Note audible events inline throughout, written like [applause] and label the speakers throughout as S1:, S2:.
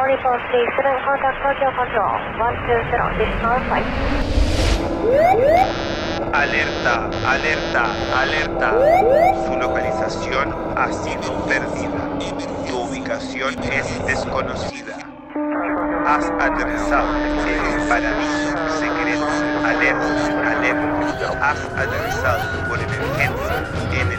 S1: 4437 contact Tokyo Control 120, this is our flight.
S2: Alerta, alerta, alerta. Su localización ha sido perdida. Tu ubicación es desconocida. Has aterrizado en el paraíso secreto. Alerta, alerta. Has aterrizado por emergencia en el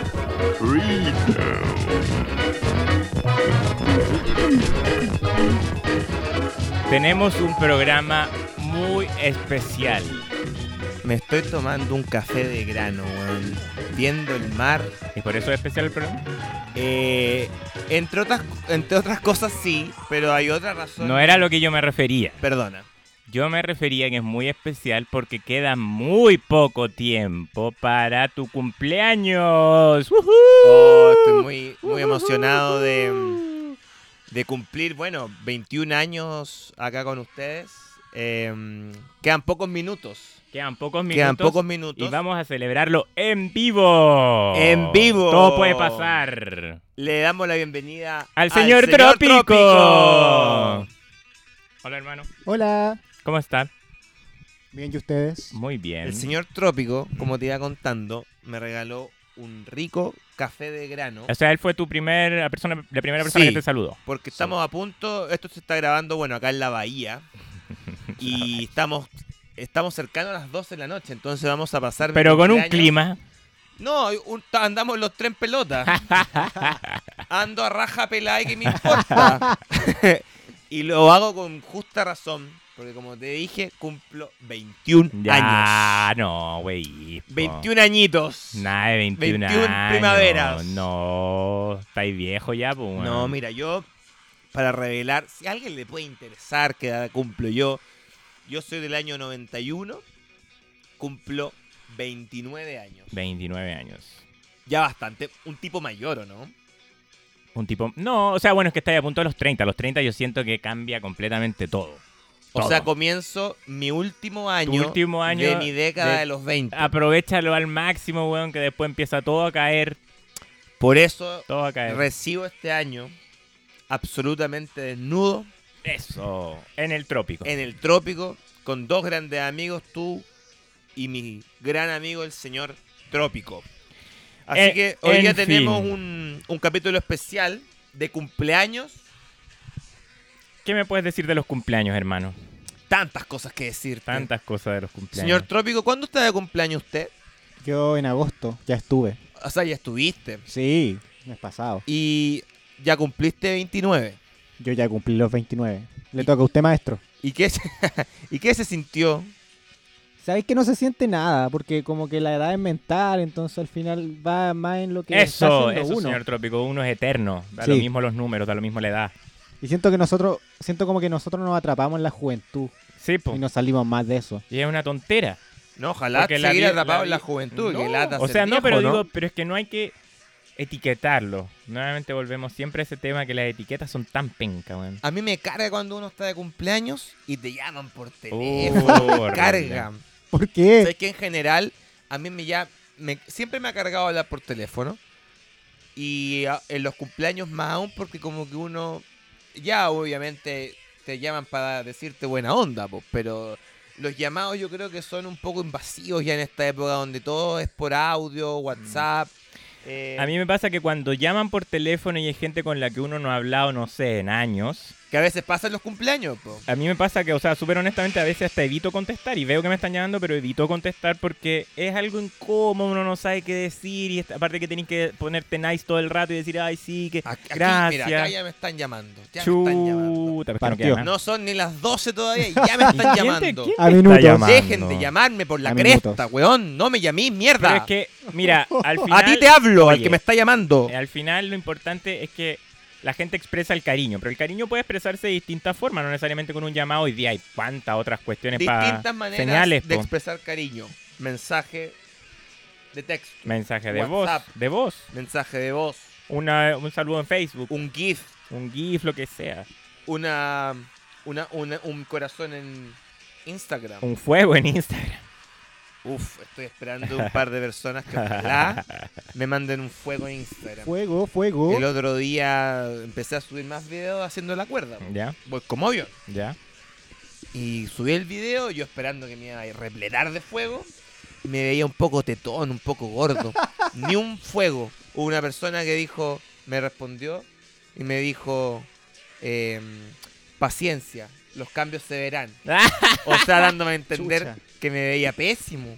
S3: the freedom.
S4: Tenemos un programa muy especial.
S5: Me estoy tomando un café de grano, weón, viendo el mar.
S4: ¿Y por eso es especial el programa?
S5: Eh, entre, otras, entre otras cosas sí, pero hay otra razón.
S4: No era lo que yo me refería.
S5: Perdona.
S4: Yo me refería que es muy especial porque queda muy poco tiempo para tu cumpleaños. ¡Woohoo!
S5: Oh, estoy muy, muy emocionado de, de cumplir, bueno, 21 años acá con ustedes. Eh, quedan pocos minutos.
S4: Quedan pocos minutos.
S5: Quedan pocos minutos.
S4: Y vamos a celebrarlo en vivo.
S5: En vivo.
S4: Todo puede pasar.
S5: Le damos la bienvenida
S4: Al señor, Trópico. Hola, hermano.
S6: Hola,
S4: ¿Cómo está?
S6: bien, ¿y ustedes?
S4: Muy bien.
S5: El señor Trópico, como te iba contando, me regaló un rico café de grano.
S4: O sea, él fue tu primer, la, persona, la primera persona
S5: Sí.
S4: que te saludó.
S5: Porque estamos a punto, esto se está grabando, bueno, acá en la
S4: [laughs]
S5: bahía. y estamos estamos cercanos a las 12 de la noche, entonces vamos a pasar... mi
S4: Pero con un
S5: cumpleaños-
S4: clima.
S5: No, un- ta- andamos los tres en pelota. Ando a raja pelada y que me importa. [laughs] y lo hago con justa razón, porque como te dije, cumplo 21 años.
S4: Ya, no, güey. po.
S5: 21 añitos.
S4: Nada de 21,
S5: 21
S4: años.
S5: primaveras.
S4: No, estáis viejo ya, pues. weón.
S5: No, mira, yo, para revelar, si a alguien le puede interesar que cumplo yo, yo soy del año 91, cumplo 29 años.
S4: 29 años.
S5: Ya bastante, un tipo mayor, ¿o no?
S4: Un tipo. No, o sea, bueno, es que estáis a punto de los 30. A los 30 yo siento que cambia completamente todo.
S5: O
S4: Todo.
S5: sea, comienzo mi último año,
S4: último año
S5: de mi década
S4: de- Ah,
S5: de, los 20.
S4: Aprovechalo al máximo, weón, que después empieza todo a caer.
S5: Por eso
S4: Todo a caer.
S5: recibo este año absolutamente desnudo
S4: Eso. En el trópico.
S5: en el trópico con dos grandes amigos, tú y mi gran amigo el señor Trópico. Así
S4: Eh,
S5: que hoy día
S4: en fin.
S5: tenemos un, un capítulo especial de cumpleaños.
S4: ¿Qué me puedes decir de los cumpleaños, hermano?
S5: Tantas cosas que decir.
S4: Tantas cosas de los cumpleaños.
S5: Eh, Señor Trópico, ¿cuándo está de cumpleaños usted?
S6: Yo en agosto ya estuve.
S5: O sea, ya estuviste.
S6: Sí, mes pasado.
S5: Y ya cumpliste 29.
S6: Yo ya cumplí los 29. Le toca a usted, maestro.
S5: ¿Y qué, se- [laughs] ¿Y qué se sintió?
S6: Sabéis que no se siente nada, porque como que la edad es mental, entonces al final va más en lo que está
S4: Eso,
S6: haciendo
S4: eso,
S6: uno.
S4: señor Trópico. Uno es eterno. Da
S6: Sí.
S4: lo mismo los números, da lo mismo la edad.
S6: Y siento que nosotros, siento como que nosotros nos atrapamos en la juventud
S4: Sí, po.
S6: y no salimos más de eso.
S4: Y es una tontera.
S5: No, ojalá
S4: Porque la
S5: seguir
S4: vi-
S5: atrapado
S4: la
S5: en la
S4: vi-
S5: juventud.
S4: No,
S5: que lata
S4: O
S5: ser
S4: sea, no,
S5: viejo,
S4: pero digo, pero es que no hay que etiquetarlo. Nuevamente volvemos siempre a ese tema que las etiquetas son tan penca, weón.
S5: A mí me carga cuando uno está de cumpleaños y te llaman por teléfono.
S4: Oh,
S5: me [laughs] carga.
S6: [laughs] ¿Por qué?
S5: Sabes que en general, a mí me ya. me- siempre me ha cargado hablar por teléfono. Y a- en los cumpleaños más aún, porque como que uno. Ya, obviamente, te llaman para decirte buena onda, po, pero. Los llamados yo creo que son un poco invasivos ya en esta época donde todo es por audio, WhatsApp. eh,
S4: Mm. A mí me pasa que cuando llaman por teléfono y hay gente con la que uno no ha hablado, no sé, en años,
S5: Que a veces pasan los cumpleaños, po.
S4: a mí me pasa que, o sea, súper honestamente, a veces hasta evito contestar y veo que me están llamando, pero evito contestar porque es algo incómodo, uno no sabe qué decir y esta- aparte que tenés que ponerte nice todo el rato y decir, ay, sí, que
S5: Ac- Aquí,
S4: gracias.
S5: Mira, acá ya me están llamando. Ya me están llamando.
S4: Chuta, pues que no queda
S6: Partió.
S4: nada.
S5: No son ni las 12 todavía y ya me
S4: [laughs]
S5: están
S4: ¿Quién te-
S5: llamando.
S4: quién
S6: A
S4: te está
S6: minutos.
S4: llamando?
S5: Dejen de llamarme por la
S6: A
S5: cresta,
S6: minutos.
S5: weón. No me llamís, mierda.
S4: Pero
S5: [laughs]
S4: es que, mira, al final.
S5: a ti te hablo, al
S4: Oye.
S5: que me está llamando.
S4: eh, Al final, lo importante es que la gente expresa el cariño, pero el cariño puede expresarse de distintas formas, no necesariamente con un llamado. Hoy día hay cuantas otras cuestiones para
S5: Distintas maneras
S4: eh, señales,
S5: de
S4: po.
S5: expresar cariño. Mensaje de texto,
S4: mensaje de
S5: WhatsApp.
S4: voz, de voz,
S5: mensaje de voz,
S4: una, un saludo en Facebook,
S5: un GIF,
S4: un GIF, lo que sea,
S5: una, una, una- un corazón en Instagram.
S4: un fuego en Instagram.
S5: Uf, estoy esperando un par de personas que ojalá me manden un fuego en Instagram.
S6: Fuego, fuego.
S5: El otro día empecé a subir más videos haciendo la cuerda.
S4: Ya,
S5: Voy como avión.
S4: ya.
S5: Y subí el video, yo esperando que me iba a repletar de fuego. Me veía un poco tetón, un poco gordo. Ni un fuego. Hubo una persona que dijo, me respondió y me dijo, em, paciencia, los cambios se verán. O sea, dándome a entender
S6: Chucha.
S5: que me veía pésimo.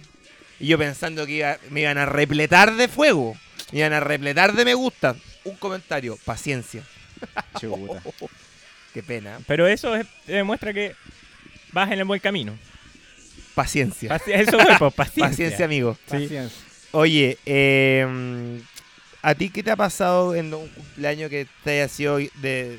S5: Y yo pensando que iba- me iban a repletar de fuego. Me iban a repletar de me gusta. Un comentario, paciencia.
S6: Chuta.
S5: Qué pena. ¿eh?
S4: Pero eso es- demuestra que vas en el buen camino.
S5: Paciencia.
S4: Paci- eso es,
S5: [laughs]
S4: pues, paciencia.
S5: Paciencia, amigo.
S6: [laughs] Paciencia.
S5: Oye, eh, ¿a ti qué te ha pasado en un cumpleaños que te haya sido de,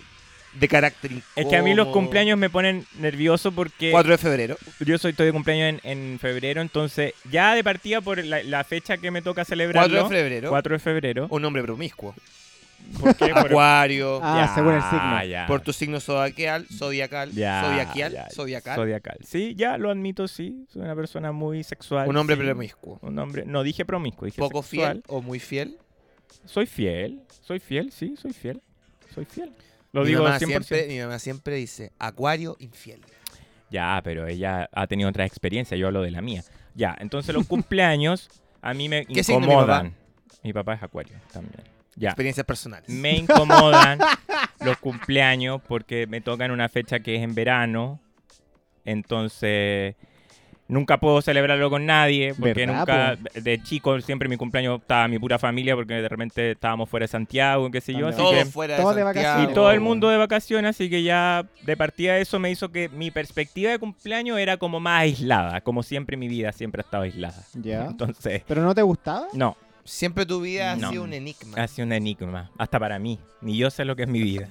S5: de carácter
S4: Es que a mí los
S5: incómodo?
S4: cumpleaños me ponen nervioso porque
S5: 4 de febrero.
S4: yo soy estoy de cumpleaños en, en febrero, entonces ya de partida por la, la fecha que me toca celebrar.
S5: 4 de febrero.
S4: 4 de febrero.
S5: Un hombre promiscuo.
S4: ¿Por qué? Por-
S5: Acuario.
S6: Ah, según el signo.
S4: ya.
S5: Por tu signo zodiacal, zodiacal,
S4: Ya,
S5: zodiacal,
S4: ya,
S5: zodiacal.
S4: Zodiacal. Sí, ya lo admito, sí. Soy una persona muy sexual.
S5: un hombre
S4: sí.
S5: promiscuo.
S4: Un hombre, no dije promiscuo, dije
S5: Poco
S4: sexual.
S5: fiel o muy fiel.
S4: Soy fiel, soy fiel, sí, soy fiel. Soy fiel. Lo
S5: mi,
S4: digo
S5: mamá
S4: 100%.
S5: siempre, mi mamá siempre dice, acuario infiel.
S4: Ya, pero ella ha tenido otra experiencia, yo hablo de la mía. Ya, entonces los [laughs] cumpleaños a mí me
S5: ¿Qué signo mi
S4: incomodan. Mi papá es acuario también. Ya.
S5: Experiencias personales.
S4: Me incomodan los cumpleaños porque me tocan una fecha que es en verano. Entonces, nunca puedo celebrarlo con nadie. Porque
S6: ¿Verdad,
S4: nunca, de chico, siempre mi cumpleaños estaba mi pura familia porque de repente estábamos fuera de Santiago, qué sé yo.
S6: También.
S4: así
S5: Todo
S4: que-
S5: fuera
S6: Todo
S5: de
S6: de
S5: Santiago.
S6: vacaciones.
S4: y todo el mundo de vacaciones, así que ya de partida eso me hizo que mi perspectiva de cumpleaños era como más aislada, como siempre mi vida siempre ha estado aislada.
S6: Ya.
S4: Entonces,
S6: ¿Pero no te gustaba?
S4: no,
S5: Siempre tu vida ha
S4: No.
S5: sido un enigma.
S4: ha sido un enigma, hasta para mí, ni yo sé lo que es mi vida.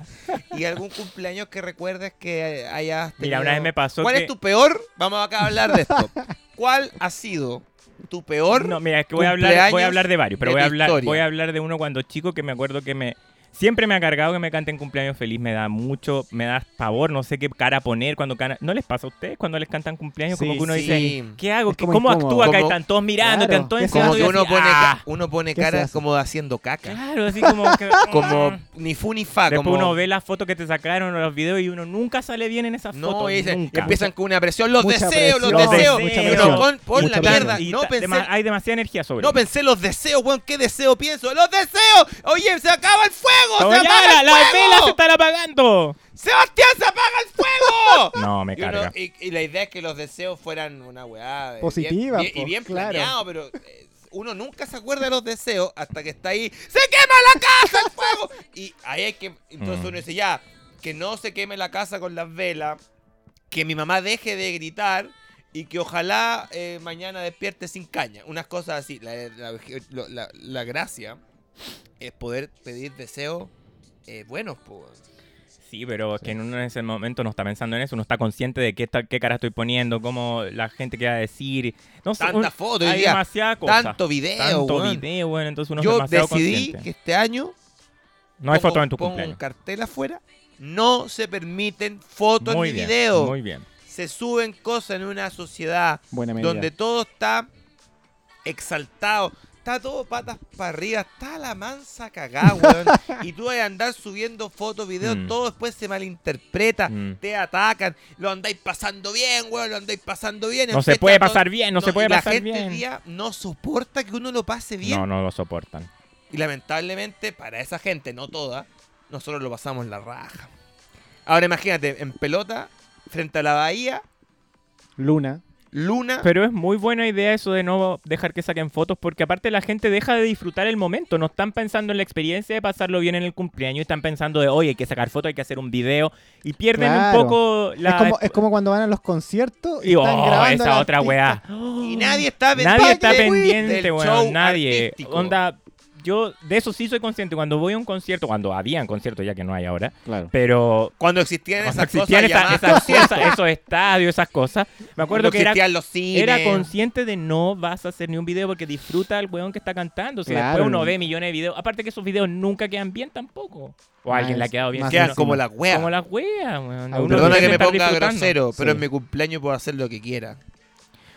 S5: ¿Y algún cumpleaños que recuerdes que hayas tenido?
S4: Mira, una vez me pasó
S5: ¿Cuál
S4: que-
S5: es tu peor? Vamos acá a hablar de
S6: [laughs]
S5: esto. ¿Cuál ha sido tu peor?
S4: No, mira, es que voy a hablar, voy
S5: cumpleaños
S4: a hablar de varios, pero
S5: de
S4: voy a
S5: tu
S4: hablar,
S5: historia.
S4: voy a hablar de uno cuando chico que me acuerdo que me siempre me ha cargado que me canten cumpleaños feliz, me da mucho, me da pavor, no sé qué cara poner cuando cara, ¿no les pasa a ustedes cuando les cantan cumpleaños como
S6: Sí,
S4: que uno
S5: sí.
S4: dice, ¿qué hago?
S6: Es
S4: ¿Qué-
S6: como
S4: ¿Cómo
S6: incómodo.
S4: actúa acá?
S5: Como-
S4: Están todos mirando,
S6: Claro,
S4: están todos
S6: ¿qué se
S4: encima
S5: como
S6: hace?
S4: tuyo
S5: que uno
S4: y así,
S5: pone,
S4: ¡ah!
S5: ca- uno pone
S6: ¿Qué se
S5: cara
S6: hace?
S5: como haciendo caca.
S4: Claro, así como que.
S5: [laughs]
S4: Ah".
S5: Como ni fu ni fa.
S4: Después
S5: Como,
S4: uno ve las fotos que te sacaron o los videos y uno nunca sale bien en esas
S5: no,
S4: fotos.
S5: y dicen-
S4: nunca.
S5: empiezan con una presión. Los
S6: Mucha
S5: deseos, los
S6: presión,
S5: deseos.
S6: mucha
S5: Pero
S6: presión,
S5: con, por
S6: mucha
S5: la
S6: presión.
S5: mierda.
S4: Y
S5: No
S4: ta-
S5: pensé,
S4: dema- hay demasiada energía sobre.
S5: no pensé los deseos, weón. ¿Qué deseo pienso? ¡Los deseos! Oye, se acaba el fuego.
S4: Como
S5: se
S4: ya,
S5: apaga
S4: la-
S5: el
S4: las velas se
S5: fuego.
S4: están apagando.
S5: Sebastián, se apaga el
S4: [laughs]
S5: fuego.
S4: No, me
S5: Y, uno-
S4: carga.
S5: y- y la idea es que los deseos fueran una weá. eh,
S6: Positiva,
S5: bien- bien- y
S6: po,
S5: bien
S6: claro.
S5: planeado, pero eh, uno nunca se acuerda de los deseos hasta que está ahí. ¡Se quema la casa el fuego! Y ahí hay que. Entonces
S4: Mm.
S5: uno dice, ya, que no se queme la casa con las velas, que mi mamá deje de gritar. Y que ojalá eh, mañana despierte sin caña. Unas cosas así. La, la- lo- la- la gracia es poder pedir deseos eh, buenos. po.
S4: Sí, pero es que en uno en ese momento no está pensando en eso, uno está consciente de qué, está- qué cara estoy poniendo, cómo la gente que va a decir. No sé,
S5: Tanta
S4: un-
S5: foto hoy
S4: hay
S5: día,
S4: demasiada cosa.
S5: Tanto video,
S4: Tanto
S5: weón.
S4: video, bueno, entonces uno es
S5: Yo
S4: demasiado
S5: decidí
S4: consciente.
S5: que este año
S4: No hay
S5: pongo-
S4: fotos en tu
S5: pongo
S4: cumpleaños.
S5: un cartel afuera. No se permiten fotos
S4: Muy
S5: ni
S4: bien,
S5: videos.
S4: muy bien.
S5: Se suben cosas en una sociedad
S6: Buena medida.
S5: donde todo está exaltado. Está todo patas para arriba. Está la mansa
S4: [laughs]
S5: cagada, weón. y tú vas a andar subiendo fotos, videos.
S4: Mm.
S5: Todo después se malinterpreta.
S4: Mm.
S5: Te atacan. Lo andáis pasando bien, weón. Lo andáis pasando bien.
S4: No
S5: en
S4: se
S5: fecha
S4: puede
S5: todo-
S4: pasar bien, no, se
S5: y
S4: puede
S5: la
S4: pasar
S5: gente hoy
S4: bien.
S5: día no soporta que uno lo pase bien.
S4: No, no lo soportan.
S5: Y lamentablemente, para esa gente, no toda, nosotros lo pasamos la raja. Ahora imagínate, en pelota, frente a la bahía,
S6: Luna.
S5: luna.
S4: Pero es muy buena idea eso de no dejar que saquen fotos, porque aparte la gente deja de disfrutar el momento. No están pensando en la experiencia de pasarlo bien en el cumpleaños, están pensando de, oye, hay que sacar fotos, hay que hacer un video, y pierden
S6: Claro.
S4: un poco la.
S6: Es, como, es como cuando van a los conciertos y,
S4: Y, oh,
S6: están grabando
S4: esa
S6: al
S4: otra
S6: artista.
S4: weá.
S5: y nadie está
S4: Nadie está
S5: del
S4: pendiente,
S5: show
S4: weón. Nadie.
S5: artístico.
S4: Onda, yo de eso sí soy consciente. Cuando voy a un concierto, cuando habían conciertos ya que no hay ahora,
S6: Claro.
S4: pero
S5: Cuando existían
S4: cuando
S5: esas
S4: existían
S5: cosas
S4: esa-
S5: llamadas
S4: esas
S5: conciertos,
S4: cosas, esos estadios, esas cosas, me acuerdo
S5: cuando
S4: que era,
S5: existían los cines.
S4: era consciente de no vas a hacer ni un video porque disfruta al weón que está cantando. Si
S6: Claro.
S4: después uno ve millones de videos, aparte que esos videos nunca quedan bien tampoco. O a alguien
S6: Más-
S4: le ha quedado bien.
S6: más
S4: si no-
S5: Quedan
S6: encima.
S5: como la wea.
S4: como las weas, weón.
S6: Ah,
S4: Uno
S5: Perdona
S4: tiene
S5: que me
S4: estar
S5: ponga
S4: disfrutando.
S5: grosero, pero
S6: Sí.
S5: en mi cumpleaños puedo hacer lo que quiera.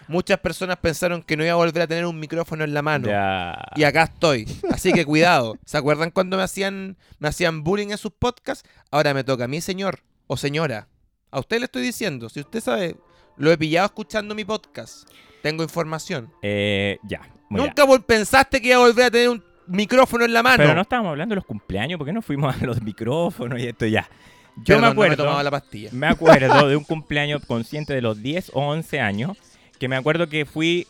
S5: Muchas personas pensaron que no iba a volver a tener un micrófono en la mano.
S4: Ya.
S5: Y acá estoy. Así que cuidado. ¿Se acuerdan cuando me hacían, me hacían bullying en sus podcasts? Ahora me toca a mí, señor o señora. A usted le estoy diciendo. Si usted sabe, lo he pillado escuchando mi podcast. Tengo información.
S4: Eh, ya. Muy bien.
S5: Nunca vol- pensaste que iba a volver a tener un micrófono en la mano.
S4: Pero no estábamos hablando de los cumpleaños, porque no fuimos a los micrófonos y esto ya. Yo
S5: Perdón,
S4: me
S5: no
S4: acuerdo.
S5: tomaba la pastilla.
S4: Me acuerdo de un cumpleaños consciente de los 10 o 11 años, que me acuerdo que fui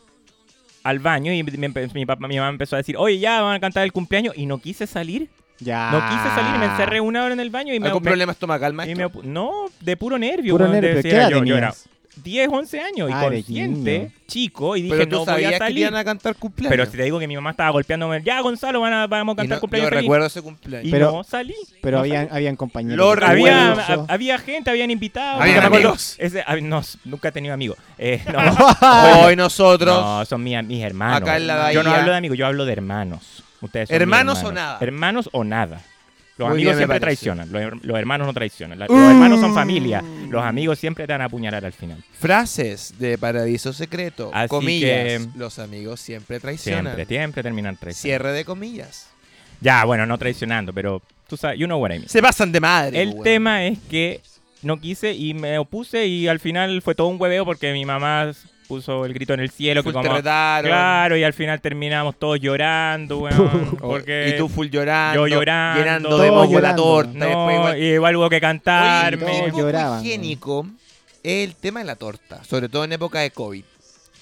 S4: al baño y mi, mi papá, mi mamá empezó a decir, oye, ya van a cantar el cumpleaños, y no quise salir,
S6: Ya.
S4: no quise salir, y me encerré una hora en el baño y me...
S5: Ah. ¿Algún
S4: me-
S5: problema estomacal,
S4: y
S5: maestro?
S4: me apu- no, de puro nervio.
S6: Puro
S4: weón, de
S6: nervio.
S4: decir,
S6: ¿Qué edad
S4: yo, yo era
S6: tenías?
S4: 10, 11 años, y
S6: Ah, eres
S4: consciente,
S6: niño.
S4: chico, y dije,
S5: Pero tú
S4: no voy a
S5: sabías que
S4: salir.
S5: iban a cantar cumpleaños.
S4: Pero si te digo que mi mamá estaba golpeándome, ya Gonzalo, van a- vamos a
S5: Y no-
S4: cantar cumpleaños
S5: yo
S4: feliz.
S5: recuerdo ese cumpleaños.
S4: Y
S6: Pero-
S4: no salí.
S6: Pero
S4: no
S6: habían,
S4: salí.
S6: habían compañeros.
S5: Lo
S6: curiosos.
S4: Había, hab- había gente, habían invitado.
S5: Habían
S4: Me acuerdo-
S5: amigos.
S4: ese- ah, no, s- nunca he tenido amigos. [laughs] Eh, no,
S5: Hoy nosotros.
S4: No, son mis, mis hermanos.
S5: Acá en la
S4: Yo no
S5: bahía.
S4: hablo de amigos, yo hablo de hermanos. Ustedes son mis
S5: ¿Hermanos o
S4: hermanos.
S5: nada?
S4: Hermanos o nada. Los
S5: Muy bien,
S4: amigos
S5: me parece.
S4: siempre
S5: Mm.
S4: traicionan, los, her- los hermanos no traicionan. La- Los hermanos son familia, los amigos siempre te van a apuñalar al final.
S5: Frases de Paradiso Secreto.
S4: Así
S5: comillas.
S4: que-
S5: Los amigos siempre traicionan.
S4: Siempre, siempre terminan traicionando.
S5: Cierre de comillas.
S4: Ya, bueno, no traicionando, pero tú sabes, you know what I mean.
S5: Se pasan de madre. pues,
S4: El
S5: weón.
S4: tema es que no quise y me opuse y al final fue todo un hueveo porque mi mamá puso el grito en el cielo que
S5: Full
S4: como-
S5: te retaron.
S4: claro y al final terminamos todos llorando, weón,
S5: [laughs] O-
S4: porque
S5: Y tú full llorando.
S4: yo llorando,
S5: Llenando de
S6: todo
S5: moco la
S6: llorando.
S5: torta. después
S4: no,
S5: igual-
S4: y igual hubo que cantarme.
S5: Oye,
S6: Todos
S5: un poco
S6: lloraban,
S5: higiénico es el tema de la torta. Sobre todo en época de COVID.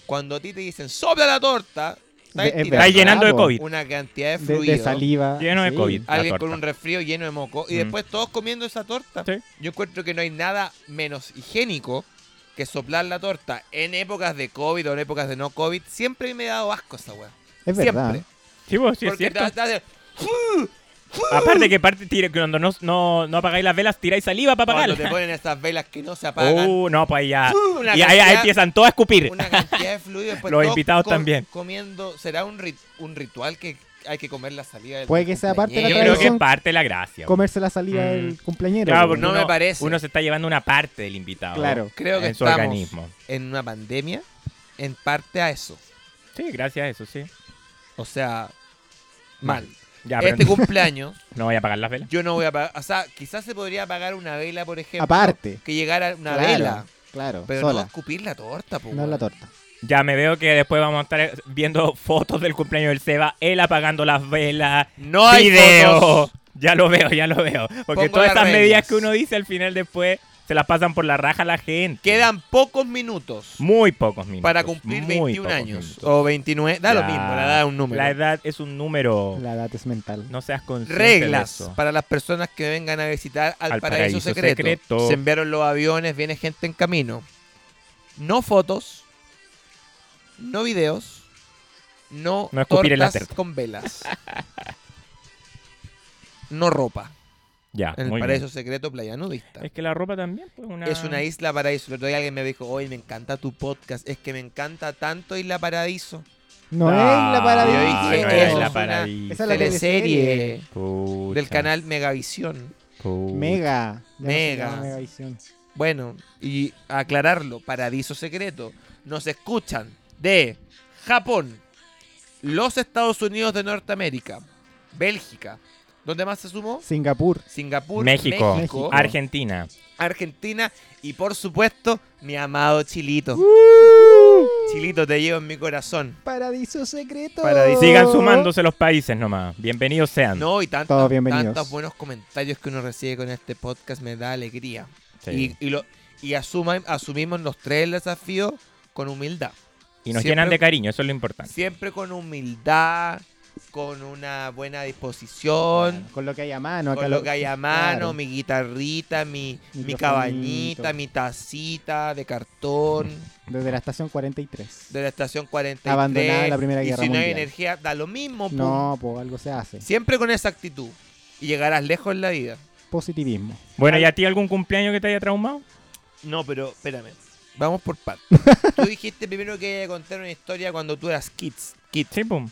S5: Cuando a ti te dicen sopla la torta.
S6: Es
S5: Estás
S6: verdad,
S4: Estáis llenando de
S6: po.
S4: COVID.
S5: Una cantidad de
S6: De,
S5: fluido.
S6: de saliva.
S4: Lleno de COVID. La
S5: Alguien
S4: torta.
S5: con un resfrío lleno de moco y
S4: Mm.
S5: después todos comiendo esa torta.
S4: Sí.
S5: Yo encuentro que no hay nada menos higiénico que soplar la torta en épocas de COVID o en épocas de no COVID. Siempre me ha dado asco esa weá.
S6: Es
S5: Siempre.
S6: verdad.
S4: Sí, vos, sí es
S5: Porque
S4: cierto.
S5: te- te hace-
S4: [laughs] Aparte que parte tira- cuando no, no, no apagáis las velas, tiráis saliva para
S5: cuando te
S4: apagarla.
S5: ponen esas velas que no se apagan.
S4: [laughs] Uh, no, pues ahí ya.
S5: Uh, [laughs] una
S4: y ahí,
S5: cantidad-
S4: empiezan todos a escupir.
S5: Una cantidad de fluido. después
S4: Los
S5: todos
S4: invitados
S5: co-
S4: también.
S5: Comiendo. ¿Será un, rit- un ritual que hay que comer la salida del
S6: Puede que sea parte de la
S4: Yo
S5: cumpleañero?
S4: creo que es
S6: tradición.
S4: parte de la gracia. weón.
S6: Comerse la saliva
S4: Mm.
S6: del cumpleañero.
S4: Claro,
S6: güey.
S4: porque
S5: no me
S4: uno-
S5: parece.
S4: Uno se está llevando una parte del invitado.
S6: Claro.
S5: Creo que
S4: en su
S5: estamos
S4: organismo.
S5: en una pandemia en parte a eso.
S4: Sí, gracias a eso, sí.
S5: O sea, mal.
S4: Ya, pero
S5: este cumpleaños
S4: no voy a apagar las velas.
S5: Yo no voy a pagar. O sea, quizás se podría pagar una vela, por ejemplo.
S6: Aparte.
S5: Que llegara una
S6: Claro,
S5: vela.
S6: Claro,
S5: Pero no
S6: sola.
S5: escupir la torta, po,
S6: No, la
S5: weón.
S6: torta.
S4: Ya me veo que después vamos a estar viendo fotos del cumpleaños del Seba, él apagando las velas,
S5: No hay
S4: video.
S5: fotos.
S4: Ya lo veo, ya lo veo. Porque
S5: Pongo
S4: todas
S5: las
S4: esas medidas
S5: reglas.
S4: que uno dice al final después se las pasan por la raja a la gente.
S5: Quedan pocos minutos
S4: muy pocos minutos.
S5: para cumplir
S4: muy
S5: 21
S4: pocos
S5: años.
S4: minutos.
S5: O 29. Da lo
S4: Ya,
S5: mismo, la edad es un número.
S4: La edad es un número.
S6: La edad es mental.
S4: No seas consciente de
S5: Reglas
S4: eso.
S5: para las personas que vengan a visitar al,
S4: Al
S5: paraíso,
S4: paraíso
S5: secreto.
S4: secreto.
S5: Se enviaron los aviones, viene gente en camino. No fotos, no videos, no,
S4: No escupir en la
S5: tortas
S4: torta.
S5: con
S4: [laughs]
S5: velas. no ropa.
S4: Ya,
S5: En
S4: muy
S5: el
S4: bien.
S5: paraíso secreto playa nudista.
S4: Es que la ropa también pues, una...
S5: Es una isla paraíso. El otro día alguien me dijo, oye, me encanta tu podcast. Es que me encanta tanto Isla Paraíso.
S6: No,
S4: Ah,
S6: es la
S5: yo dije,
S6: paradiso.
S4: No es
S5: eso
S4: la
S5: es para-
S4: paraíso.
S6: Esa es la
S5: Teleserie
S4: Pucha,
S5: del canal Megavisión.
S4: pucha.
S6: Mega. Ya no se
S5: Mega.
S6: llama Megavisión.
S5: Bueno, y aclararlo, Paradiso Secreto. Nos escuchan de Japón, los Estados Unidos de Norteamérica, Bélgica. ¿Dónde más se sumó?
S6: Singapur.
S5: Singapur,
S4: México,
S6: México.
S4: Argentina.
S5: Argentina y por supuesto mi amado Chilito.
S4: Uh.
S5: Chilito te llevo en mi corazón.
S6: Paradiso secreto.
S4: Y sigan sumándose los países nomás. Bienvenidos sean.
S5: No, y
S6: Todos
S5: tantos,
S6: bienvenidos.
S5: tantos buenos comentarios que uno recibe con este podcast me da alegría.
S4: Sí.
S5: Y, y lo, y asuma- asumimos los tres el desafío con humildad.
S4: Y, nos
S5: siempre-
S4: llenan de cariño, eso es lo importante.
S5: Siempre con humildad, con una buena disposición,
S6: Con lo que hay a mano. acá
S5: con lo que hay a mano,
S6: Claro.
S5: mi guitarrita, mi, mi
S6: Microfonito.
S5: cabañita, mi tacita de cartón
S6: Desde la estación 43.
S5: de la estación 43.
S6: Abandonada en la Primera Guerra
S5: Y si no hay
S6: Mundial.
S5: energía, da lo mismo. pum.
S6: No, pues algo se hace.
S5: Siempre con esa actitud. Y llegarás lejos en la vida.
S6: Positivismo.
S4: Bueno, ¿y a ti algún cumpleaños que te haya traumado?
S5: No, pero espérame. Vamos por partes. [laughs] tú dijiste primero que iba a contar una historia cuando tú eras kids. Kid.
S4: Sí, pum.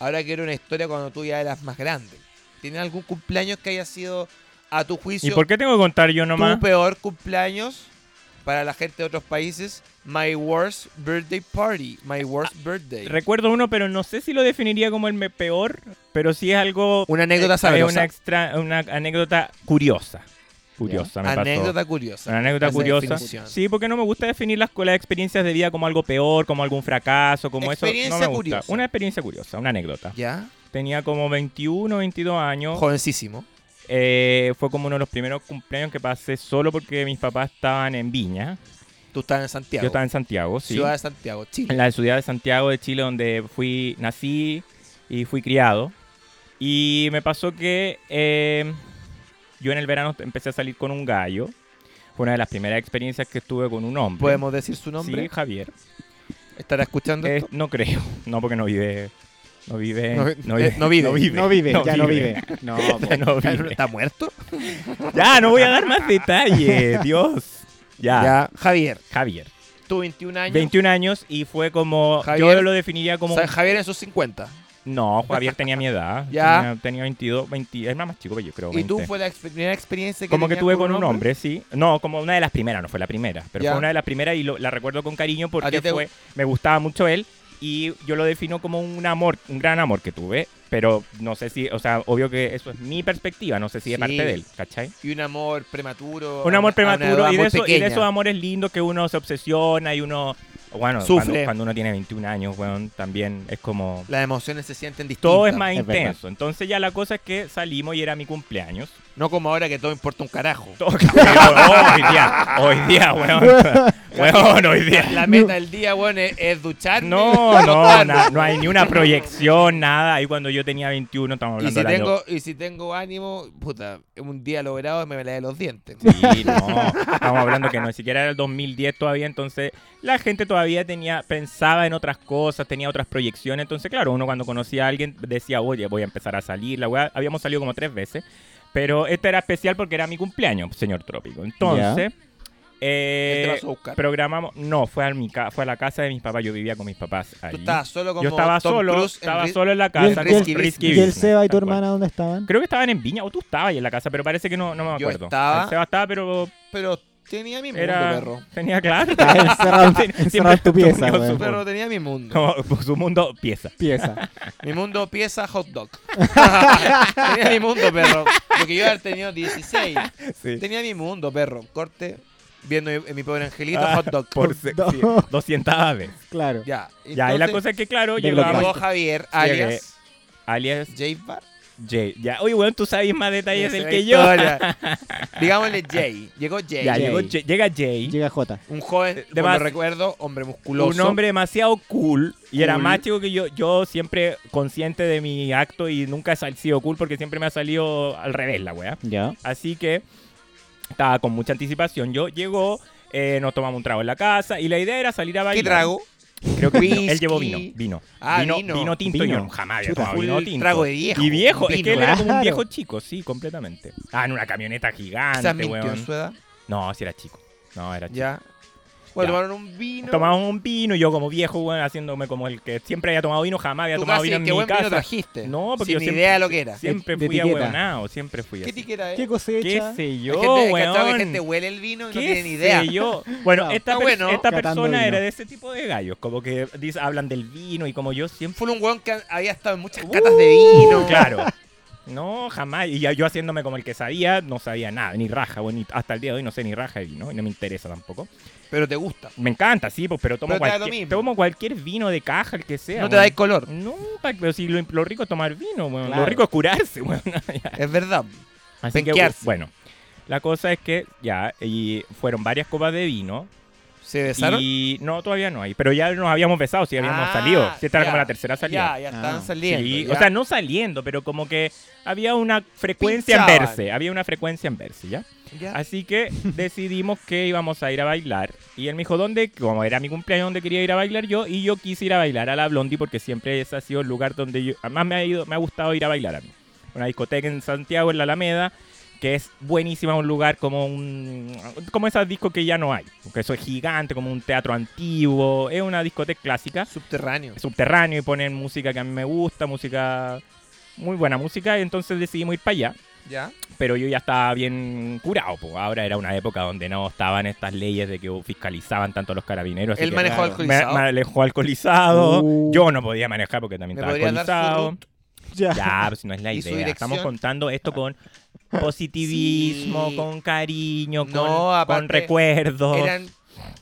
S5: Ahora quiero una historia cuando tú ya eras más grande. ¿Tienes algún cumpleaños que haya sido, a tu
S4: ¿Y
S5: juicio,
S4: por qué tengo que contar yo nomás?
S5: tu peor cumpleaños para la gente de otros países? My worst birthday party. My worst
S4: Ah,
S5: birthday.
S4: Recuerdo uno, pero no sé si lo definiría como el me- peor, pero sí es algo... eh,
S5: Una anécdota
S4: es
S5: sabrosa.
S4: Una, extra, una anécdota curiosa. Curiosa, me pasó.
S5: anécdota curiosa.
S4: Una anécdota
S5: Esa
S4: curiosa.
S5: definición.
S4: Sí, porque no me gusta definir las, las experiencias de vida como algo peor, como algún fracaso, como eso. No me
S5: Experiencia
S4: gusta.
S5: curiosa.
S4: Una experiencia curiosa, una anécdota.
S5: ¿Ya?
S4: Tenía como 21, 22 años.
S5: Jovencísimo.
S4: Eh, fue como uno de los primeros cumpleaños que pasé solo porque mis papás estaban en Viña.
S5: Tú estabas en Santiago.
S4: Yo estaba en Santiago, sí.
S5: Ciudad de Santiago, Chile.
S4: En la ciudad de Santiago de Chile, donde fui, nací y fui criado. Y me pasó que eh, yo en el verano empecé a salir con un gallo. Fue una de las primeras experiencias que estuve con un hombre.
S5: ¿Podemos decir su nombre?
S4: Sí, Javier.
S5: ¿Estará escuchando
S4: Eh,
S5: esto?
S4: no creo. [laughs] No, porque no vive. No vive.
S5: No vi- eh, no vive.
S6: No vive,
S4: No
S6: ya no vive. [laughs] No, po.
S4: [laughs] No
S5: ¿Está-
S4: vive.
S5: ¿Está muerto?
S4: [laughs] Ya, no voy a dar más
S5: [laughs]
S4: detalles. Dios. Ya.
S5: Ya. Javier,
S4: Javier.
S5: tú 21 años.
S4: 21 años y fue como.
S5: Javier-
S4: yo lo definiría como.
S5: O sea, Javier en sus 50.
S4: No, Javier tenía mi edad.
S5: [laughs] Ya.
S4: Tenía, tenía 22, 20. Es más, más chico que yo creo.
S5: ¿Y tú
S4: 20.
S5: fue la ex- primera experiencia que
S4: Como que
S5: tenías
S4: tuve con un hombre, sí. No, como una de las primeras, no fue la primera, pero
S5: Ya.
S4: fue una de las primeras y lo- la recuerdo con cariño
S5: ¿A ti
S4: porque
S5: te gu-
S4: fue, me gustaba mucho él y yo lo defino como un amor, un gran amor que tuve, pero no sé si, o sea, obvio que eso es mi perspectiva, no sé si
S5: Sí.
S4: es parte de él, ¿cachai?
S5: Y un amor prematuro.
S4: Un
S5: a una-
S4: amor
S5: a una
S4: prematuro
S5: edad
S4: y de,
S5: muy
S4: eso- y de
S5: pequeña.
S4: esos amores lindos que uno se obsesiona y uno, bueno,
S5: Sufre.
S4: Cuando, cuando uno tiene 21 años, weón, también es como...
S5: Las emociones se sienten distintas.
S4: Todo es más
S6: Es verdad.
S4: intenso. Entonces ya la cosa es que salimos y era mi cumpleaños. [laughs]
S5: No como ahora que todo importa un carajo.
S4: Todo- hoy día, hoy día, [laughs] weón. Weón, hoy día.
S5: La meta del día, bueno, es, es ducharme. [laughs]
S4: No, no, na- no hay ni una proyección, nada. Ahí cuando yo tenía 21, estamos
S5: Y
S4: hablando
S5: si,
S4: del
S5: tengo, y si tengo ánimo, puta, un día logrado me la de los dientes.
S4: año... Sí, no, estamos hablando que no, ni siquiera era el 2010 todavía, entonces la gente todavía tenía, pensaba en otras cosas, tenía otras proyecciones, entonces claro, uno cuando conocía a alguien decía, oye, voy a empezar a salir, la weá, habíamos salido como tres veces, pero este era especial porque era mi cumpleaños, señor Trópico, entonces... eh,
S5: Él te pasó Este a buscar.
S4: programamos, no, fue a, mi ca- fue a la casa de mis papás, yo vivía con mis papás ahí.
S5: Tú estabas solo como
S4: Yo estaba
S5: Tom
S4: solo,
S5: Cruise en
S4: estaba
S5: Ri-
S4: solo en la
S6: ¿Y el,
S4: casa.
S5: Risky
S4: con
S6: y el-
S5: Business.
S4: Risky
S6: y el
S4: Business,
S6: Seba y tu
S4: tal cual.
S6: hermana dónde estaban? [laughs]
S4: Creo que estaban en Viña, o tú estabas ahí en la casa, pero parece que no, no me
S5: Yo
S4: acuerdo.
S5: estaba-
S4: El Seba estaba, pero
S5: Pero tenía mi mundo,
S4: era...
S5: perro.
S4: Tenía
S5: [laughs]
S4: claro. [laughs]
S6: Estaba Ah, encerrado, en-
S4: Siempre
S6: encerrado en tu
S4: tuvo
S6: pieza,
S4: su-
S6: weón.
S5: Pero tenía mi mundo.
S4: Como por pues, su mundo pieza. [laughs]
S6: Pieza.
S5: Mi mundo pieza hot dog. [laughs] tenía mi mundo, perro. Porque yo había tenido 16.
S4: Sí.
S5: Tenía mi mundo, perro. Corte, viendo mi, mi pobre angelito,
S4: Ah,
S5: hot dog.
S4: Por se-
S6: No.
S4: sí, 200 veces.
S6: Claro.
S5: Ya.
S4: Ya, y la
S5: entonces,
S4: cosa es que, claro,
S6: de
S4: llevamos
S5: Llegó Javier, alias
S4: alias
S5: Jay Bar.
S4: Jay. Ya, oye, weón, tú sabes más detalles
S5: Esa
S4: del
S5: es
S4: que
S5: la
S4: yo.
S5: historia. [laughs] Digámosle Jay. Llegó Jay.
S4: Ya,
S6: Jay.
S4: llegó Jay- llega Jay.
S6: Llega J.
S5: Un joven,
S4: De
S5: como
S4: más-
S5: recuerdo, hombre musculoso.
S4: Un hombre demasiado cool. Y era
S5: Cool.
S4: más chico que yo. Yo siempre consciente de mi acto y nunca he sal- sido cool porque siempre me ha salido al revés la wea.
S6: Ya.
S4: Así que estaba con mucha anticipación. Yo llegó, eh, nos tomamos un trago en la casa y la idea era salir a
S5: ¿Qué
S4: bailar.
S5: trago?
S4: Creo que vino.
S5: Whisky.
S4: él llevó vino. Vino.
S5: Ah,
S4: vino,
S5: vino.
S4: vino tinto.
S6: Vino.
S4: Yo jamás había
S6: Chuta,
S4: tomado
S5: full
S4: vino tinto.
S5: trago de viejo,
S4: Y viejo. Es
S5: vino.
S4: que él era como un
S6: Claro.
S4: viejo chico, sí, completamente. Ah, en una camioneta gigante,
S5: Quizás mintió
S4: weón.
S5: en su edad.
S4: No, si era chico. No, era chico.
S5: Ya. Bueno,
S4: Ya.
S5: tomaron un vino.
S4: Tomamos un vino y yo como viejo, weón, haciéndome como el que siempre había tomado vino, jamás había
S5: Tú
S4: tomado
S5: casi,
S4: vino en
S5: ¿Qué
S4: mi
S5: buen vino
S4: casa.
S5: trajiste?
S4: No, porque
S5: Sin
S4: yo siempre-
S5: idea de lo que era.
S4: Siempre
S6: De
S4: fui
S6: etiqueta.
S4: ahueonado, siempre fui
S5: ¿Qué
S4: así.
S5: tiquera es?
S6: ¿Qué cosecha?
S4: ¿Qué sé
S5: La
S4: yo,
S5: gente, ¿cachado que
S4: weón?
S5: gente huele el vino y no
S4: ¿Qué
S5: tiene ni
S4: sé
S5: idea.
S4: yo? Bueno,
S6: Claro.
S4: esta,
S5: Está
S4: per-
S5: bueno.
S4: esta
S6: Catando
S4: persona
S6: vino.
S4: era de ese tipo de gallos, como que dice- hablan del vino y como yo
S5: [laughs]
S4: siempre...
S5: Fue un weón que había estado en muchas catas de vino.
S4: Uh, Claro. No, jamás. Y ya yo haciéndome como el que sabía, no sabía nada, ni raja, weón, ni- hasta el día de hoy no sé ni raja de vino, y no me interesa tampoco.
S5: Pero te gusta.
S4: Me encanta, sí, pues, pero tomo,
S5: Pero te da lo
S4: cualquier,
S5: mismo.
S4: tomo cualquier vino de caja, el que sea.
S5: No te
S4: weón.
S5: dais color.
S4: No, pa- pero si lo, lo rico es tomar vino, weón. Lo
S6: Claro.
S4: rico es curarse, weón. [laughs]
S5: Es verdad.
S4: Así que,
S5: Penquearse.
S4: bueno, la cosa es que ya, y fueron varias copas de vino.
S5: ¿Se besaron?
S4: Y no, todavía no hay. Pero ya nos habíamos besado, sí habíamos
S5: Ah,
S4: salido. Sí, esta era
S5: ya.
S4: como la tercera salida.
S5: Ya, ya estaban
S6: Ah.
S5: saliendo.
S4: Sí,
S5: ya.
S4: o sea, no saliendo, pero como que había una frecuencia en
S5: Pinchaban.
S4: verse. Había una frecuencia en verse, ¿ya?
S5: Ya.
S4: Así que decidimos que íbamos a ir a bailar. Y él me dijo, ¿dónde? Como era mi cumpleaños, donde quería ir a bailar yo. Y yo quise ir a bailar a la Blondie porque siempre ese ha sido el lugar donde yo... Además me ha, ido, me ha gustado ir a bailar a mí. Una discoteca en Santiago, en la Alameda, que es buenísima, un lugar como un... Como esas discos que ya no hay. Porque eso es gigante, como un teatro antiguo. Es una discoteca clásica
S5: Subterráneo.
S4: subterráneo y ponen música que a mí me gusta, música muy buena música, y entonces decidimos ir para allá.
S5: Ya.
S4: Pero yo ya estaba bien curado, pues ahora era una época donde no estaban estas leyes de que fiscalizaban tanto a los carabineros. así
S5: Él
S4: que-
S5: manejó
S6: claro.
S5: alcoholizado.
S4: Me- manejó alcoholizado.
S6: Uh.
S4: Yo no podía manejar porque también
S5: ¿Me
S4: estaba
S5: podrías dar su
S4: alcoholizado.
S5: root?
S6: Ya.
S4: Ya, pues no es
S5: [laughs]
S4: la
S5: ¿Y su
S4: idea. Estamos
S5: dirección?
S4: contando
S5: [laughs]
S4: esto con positivismo,
S5: Sí.
S4: con cariño, con,
S5: No, aparte,
S4: con recuerdos. Eran,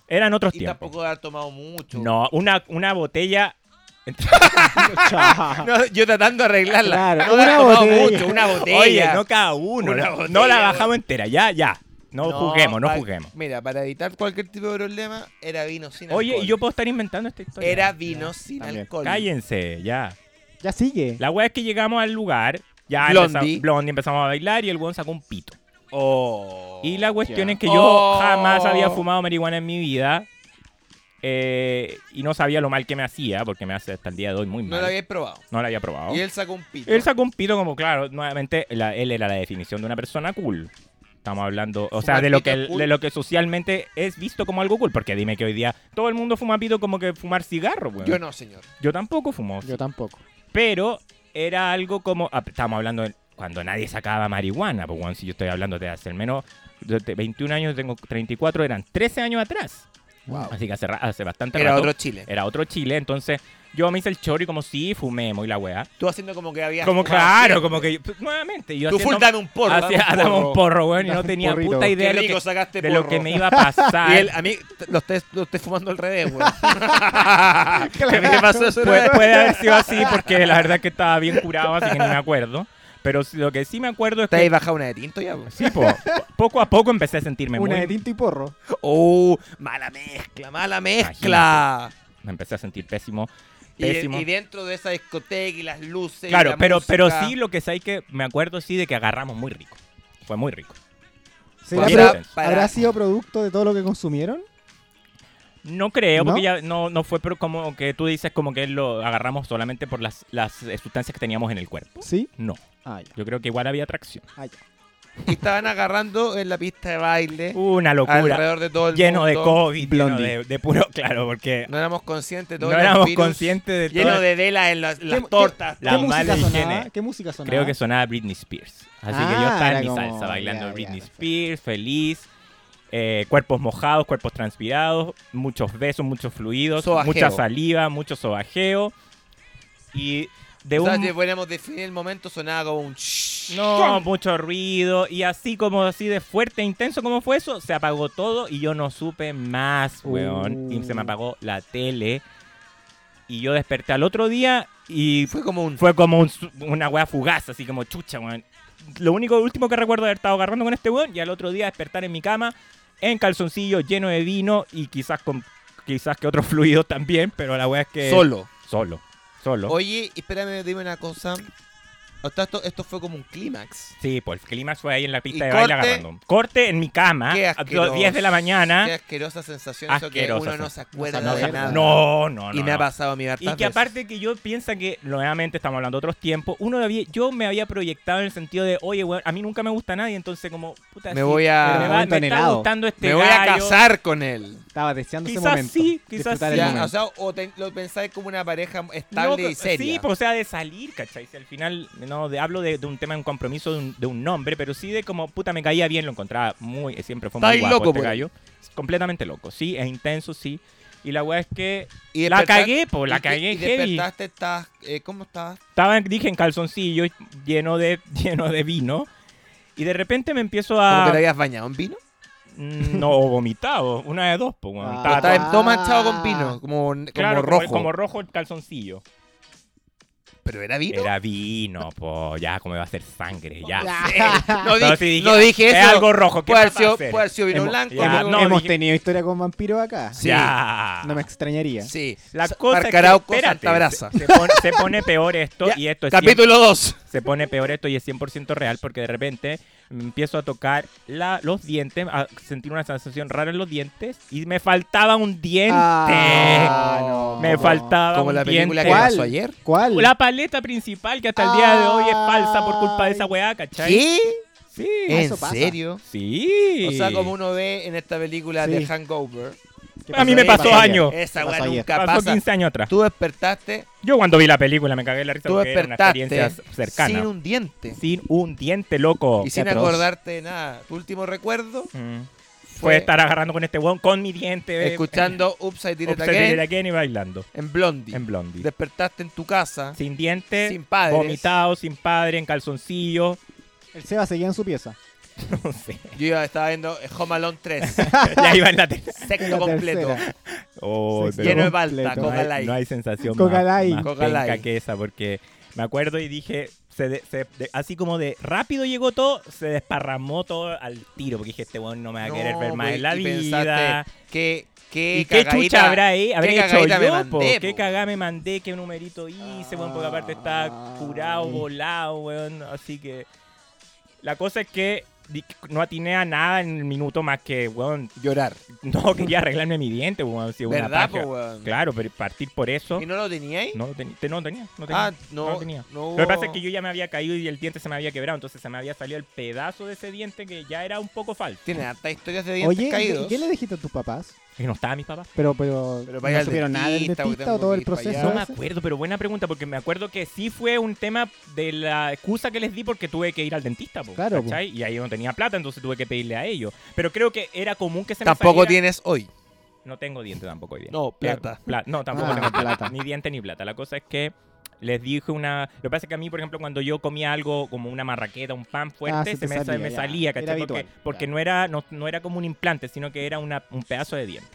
S5: Eran,
S4: otros
S5: y
S4: tiempos.
S5: tampoco haber tomado mucho.
S4: No, una, una botella
S6: [laughs]
S4: [laughs]
S6: Chao.
S5: [laughs] No, yo tratando de arreglarla.
S6: Claro,
S5: no haber
S6: una
S5: tomado
S6: botella.
S5: mucho, una botella.
S4: Oye, no cada uno.
S5: Una
S4: la-
S5: botella,
S4: no la
S5: weón.
S4: bajamos entera, ya, ya. No, juguemos, no
S5: pa-
S4: juguemos.
S5: Mira, para evitar cualquier tipo de problema, era vino sin alcohol.
S4: Oye, y yo puedo estar inventando esta historia.
S5: Era vino sin
S6: también.
S5: alcohol.
S4: Cállense, ya.
S6: Ya sigue.
S4: La wea es que llegamos al lugar, ya
S5: Blondie.
S4: empezamos, Blondie, empezamos a bailar y el weón sacó un pito.
S5: Oh.
S4: Y la cuestión
S6: ya.
S4: es que yo
S5: Oh.
S4: jamás había fumado marihuana en mi vida. eh, y no sabía lo mal que me hacía, porque me hace hasta el día de hoy muy
S5: No
S4: mal.
S5: lo habíais probado.
S4: No la había probado.
S5: Y él sacó un pito.
S4: Oh. Él sacó un pito como, claro, nuevamente, la- él era la definición de una persona cool. Estamos hablando, o sea,
S5: Fumar
S4: de lo,
S5: pito
S4: que,
S5: es cool.
S4: de lo que socialmente es visto como algo cool. Porque dime que hoy día todo el mundo fuma pito como que fumar cigarro, weón.
S5: Yo no, señor.
S4: Yo tampoco fumo.
S6: Yo tampoco.
S4: Pero era algo como, ah, estamos hablando de cuando nadie sacaba marihuana, pues, weón, si yo estoy hablando de hace al menos de- de 21 años, tengo 34, eran 13 años atrás.
S6: Wow.
S4: Así que hace, ra- hace bastante
S5: Era
S4: rato,
S5: otro chile.
S4: Era otro Chile, entonces yo me hice el chori como si fumemos y la weá.
S5: Tú haciendo como que había.
S4: Como claro, como que pues, nuevamente yo
S5: Tú
S4: haciendo-
S5: full dame un porro.
S4: hacía-
S5: dame
S4: dame un porro, weón, y
S6: Dame
S4: no
S6: un
S4: tenía
S6: porrito.
S4: puta idea
S5: Qué
S4: de lo
S5: rico
S4: que,
S5: sacaste
S4: de
S5: porro.
S4: lo que me
S5: [laughs]
S4: iba a pasar.
S5: Y él, ah, a mí, t- lo estés lo estés fumando al revés,
S4: [laughs]
S5: güey. a mí me pasó eso. una
S4: Pu-
S5: vez.
S4: puede haber sido así porque la verdad es que estaba bien curado, así que no me acuerdo. Pero sí- lo que sí me acuerdo es
S5: ¿Te habéis
S4: que
S5: bajado una de tinto ya, güey?
S4: sí, po, poco a poco empecé a sentirme
S6: Una
S4: muy
S6: de tinto y porro.
S5: Oh, mala mezcla, mala mezcla.
S4: me empecé a sentir pésimo,
S5: Y,
S4: pésimo.
S5: y dentro de esa discoteca y las luces. y
S4: claro,
S5: la
S4: pero pero
S5: música.
S4: sí lo que sé es que me acuerdo sí de que agarramos muy rico. Fue muy rico.
S6: ¿Será
S4: Mira,
S6: pro-
S5: para-
S6: ¿Habrá sido producto de todo lo que consumieron?
S4: No creo,
S6: ¿No?
S4: porque ya no, no fue pero como que tú dices como que lo agarramos solamente por las, las eh, sustancias que teníamos en el cuerpo.
S6: Sí.
S4: No,
S6: Ah, ya.
S4: yo creo que igual había atracción.
S6: Ah, ya.
S5: Y estaban agarrando en la pista de baile.
S4: Una Uh, locura.
S5: Eh, alrededor de todo el
S4: Lleno de
S5: mundo.
S4: COVID, lleno
S6: Blondie.
S4: de, de puro, [laughs] claro, porque
S5: No éramos conscientes de todo
S4: no
S5: el
S4: éramos
S5: virus.
S4: conscientes de todo.
S5: Lleno de velas en las, en las
S6: ¿Qué-
S5: tortas.
S6: ¿Qué,
S4: La
S6: qué
S4: mala
S6: música sonaba?
S4: higiene.
S6: ¿Qué música sonaba?
S4: Creo que sonaba Britney Spears. Así que yo
S6: Ah,
S4: estaba en
S6: era
S4: mi
S6: como-
S4: salsa bailando
S6: ya,
S4: Britney
S6: ya,
S4: Spears, feliz. eh, cuerpos mojados, cuerpos transpirados, muchos besos, muchos fluidos,
S5: Sobajeo.
S4: mucha saliva, mucho sobajeo. Y de
S5: O sea,
S4: un
S5: si podríamos definir el momento, sonaba como un shhh.
S4: No, mucho ruido. Y así como así de fuerte e intenso como fue eso, se apagó todo y yo no supe más, weón. Y se me
S6: Uh.
S4: apagó la tele. Y yo desperté al otro día y
S5: Fue como un.
S4: fue como un su- una weá fugaz, así como chucha, weón. Lo único último que recuerdo de haber estado agarrando con este weón y al otro día despertar en mi cama, en calzoncillo, lleno de vino y quizás con quizás que [laughs] otros fluidos también, pero la weá es que.
S5: Solo.
S4: Solo. Solo.
S5: Oye, espérame, dime una cosa. O sea, esto, esto fue como un clímax.
S4: Sí, pues el clima fue ahí en la pista
S5: Y
S4: de baile
S5: corte.
S4: agarrando. Corte en mi cama
S5: Qué
S4: Ah, a las
S5: asqueroso.
S4: 10 de la
S5: Qué
S4: mañana.
S5: asquerosa sensación eso que
S4: Asquerosa
S5: uno no se acuerda
S6: No se
S5: de
S6: acuerda.
S5: nada.
S4: No, no, no.
S5: y me
S4: no.
S5: ha pasado a mi hartas
S4: Y que
S5: veces.
S4: aparte que yo piensa que, nuevamente estamos hablando de otros tiempos, uno había, yo me había proyectado en el sentido de, oye, weón, a mí nunca me gusta nadie, entonces como, puta,
S5: Me
S4: sí,
S5: voy a-
S4: me,
S6: Un
S4: va-
S6: momento
S4: me está
S6: anhelado.
S4: gustando este
S5: me voy a
S4: gallo.
S5: casar con él.
S6: Estaba deseando
S4: Quizás
S6: ese momento.
S4: sí, quizás
S6: Disfrutar
S4: sí.
S6: el
S5: Ya,
S6: momento.
S5: o sea, o te- lo pensáis como una pareja
S4: No,
S5: estable y
S4: co-
S5: seria.
S4: Sí, pues, o sea, de salir, ¿cachai? Si al final, no, de- hablo de, de un tema, de un compromiso, de un, de un nombre, pero sí de como, puta, me caía bien, lo encontraba muy, siempre fue muy
S5: Estáis
S4: guapo
S5: loco,
S4: este
S5: pues.
S4: gallo. Completamente loco, sí, es intenso, sí. Y la weá es que
S5: Y
S4: la
S5: despertar-
S4: cagué, po, la
S5: y que-
S4: cagué
S5: Y
S4: heavy.
S5: despertaste, estás, eh, ¿cómo estabas?
S4: Estaba, dije, en calzoncillo, lleno de, [laughs] lleno de vino. Y de repente me empiezo
S5: ¿Cómo que te
S4: a...
S5: habías bañado en vino?
S4: Mm, No, vomitado. Una de dos, pues,
S6: Ah.
S4: Estaba
S5: Estabas
S4: todo-
S5: todo manchado con vino, como, como
S4: claro,
S5: rojo.
S4: Como, rojo el calzoncillo.
S5: ¿Pero era vino?
S4: Era vino, po, ya, como iba a ser sangre,
S6: [laughs]
S4: ya. [laughs]
S5: [laughs] No, di-
S4: Entonces dije,
S5: no dije
S4: es
S5: eso.
S4: algo rojo, ¿qué
S5: Puede haber
S4: más va a
S5: sido,
S4: hacer?
S5: puede haber sido vino
S6: Hemos-
S5: blanco.
S4: ya,
S5: algo-
S6: hemos,
S4: no,
S6: hemos
S4: dije-
S6: tenido historia con vampiros acá.
S5: Sí.
S4: Ya.
S6: No me extrañaría.
S5: Sí.
S4: La
S5: Sa-
S4: cosa es que,
S5: Parcarauco,
S4: espérate,
S5: Santa Brasa.
S4: Se, se pone, se pone peor esto
S5: Ya,
S4: y esto es
S5: Capítulo 2.
S4: se pone peor esto y es 100% real porque de repente me empiezo a tocar la, los dientes, a sentir una sensación rara en los dientes y me faltaba un diente.
S6: Ah, no.
S4: me faltaba
S5: Como
S4: un
S5: la película
S4: diente.
S5: que
S6: ¿Cuál?
S5: pasó ayer.
S6: ¿Cuál?
S4: La paleta principal que hasta el día de hoy es falsa por culpa de esa
S6: Ay.
S4: weá, ¿cachai?
S5: ¿Qué?
S4: Sí.
S5: ¿En
S6: eso pasa.
S5: serio?
S4: Sí.
S5: Eh. O sea, como uno ve en esta película de
S6: Sí.
S5: Hangover.
S6: ¿Qué
S4: A mí me
S6: pasó
S4: pasó
S6: ayer?
S4: años.
S5: Esa
S6: ¿Qué
S5: weá
S6: pasó ayer?
S5: nunca
S4: Pasó
S5: pasa.
S4: 15 años atrás.
S5: Tú despertaste,
S4: Yo cuando vi la película me cagué de la risa
S5: tú
S4: porque era una experiencia
S5: despertaste
S4: cercana.
S5: sin un diente
S4: Sin un diente, loco.
S5: y sin
S6: atroz.
S5: acordarte de nada. Tu último recuerdo
S4: Mm.
S5: fue
S4: Fue estar agarrando con este weón con mi diente. eh,
S5: escuchando Upside Down
S4: Upside
S5: Again
S4: Did It Again y bailando.
S5: en Blondie.
S4: En Blondie.
S5: Despertaste en tu casa.
S4: sin dientes,
S5: Sin padres.
S4: vomitado, sin padre, en calzoncillo. [laughs]
S6: El Seba seguía en su pieza.
S4: No [laughs] sé.
S5: Yo iba- estaba viendo Home Alone
S4: [laughs]
S5: 3,
S4: ya iba en la tele.
S5: sexto
S6: La
S5: completo.
S6: tercera.
S4: [laughs] Oh,
S6: Sexto
S4: pero
S5: Lleno de
S4: no
S5: balta,
S6: completo.
S4: hay- no, hay,
S5: Coca-Light.
S4: sensación
S6: Coca-Light.
S4: más, más
S5: Coca-Light.
S4: penca que esa porque me acuerdo y dije, se de- se de- así como de rápido llegó todo, se desparramó todo al tiro porque dije, este weón no me va a querer ver más
S5: pues,
S4: en la
S5: y
S4: vida.
S5: pensaste, ¿qué, qué
S4: ¿Y qué
S5: cagadita-
S4: chucha habrá ahí? ¿Habré
S5: qué
S4: hecho
S5: cagadita
S4: yo,
S5: me
S4: po?
S5: mandé,
S4: ¿Qué
S5: po?
S4: cagada me mandé? ¿Qué numerito hice, weón? Porque aparte está curado,
S6: Ay.
S5: Ah.
S4: volado, weón. Así que... La cosa es que di- no atiné a nada en el minuto más que, weón, [laughs]
S5: Llorar.
S4: no quería arreglarme mi diente, weón. Si es una
S5: ¿Verdad, po,
S4: paja.
S5: weón?
S4: Claro, pero partir por eso...
S5: ¿Y no lo teníais?
S4: No, lo teni- te- no lo tenía, no tenía.
S5: ah, no,
S4: lo tenía.
S5: no
S4: Lo que pasa es
S5: hubo-
S4: que yo ya me había caído y el diente se me había quebrado, entonces se me había salido el pedazo de ese diente que ya era un poco falso.
S5: Tiene hartas historias de dientes
S6: Oye, ¿y qué-
S5: caídos.
S6: ¿y qué le dijiste a tus papás?
S4: Y no estaba mis papás.
S6: Pero, pero,
S5: Pero vaya
S6: no
S5: al
S6: supieron nada del
S5: dentista,
S6: dentista
S5: tengo
S6: o todo
S5: que
S6: el
S5: ir pa'
S6: proceso.
S5: allá.
S4: No me
S6: ese?
S4: acuerdo, pero buena pregunta, porque me acuerdo que sí fue un tema de la excusa que les di porque tuve que ir al dentista, po,
S6: Claro, po.
S4: ¿cachai? Y ahí yo no tenía plata, entonces tuve que pedirle a ellos. Pero creo que era común que se me
S5: Tampoco
S4: saliera-
S5: tienes hoy.
S4: No tengo diente tampoco hoy día.
S5: No, plata.
S4: Eh, pla- no, tampoco
S6: Ah,
S4: tengo plata.
S6: plata.
S4: Ni diente ni plata. La cosa es que les dije una... Lo que pasa es que a mí, por ejemplo, cuando yo comía algo como una marraqueta, un pan fuerte,
S6: Ah,
S4: se,
S6: se te
S4: me salía,
S6: salía,
S4: me
S6: ya.
S4: salía ¿cachai?
S6: Era
S4: porque
S6: habitual,
S4: porque
S6: ya.
S4: no, era, no, no era como un implante, sino que era una- un pedazo de diente.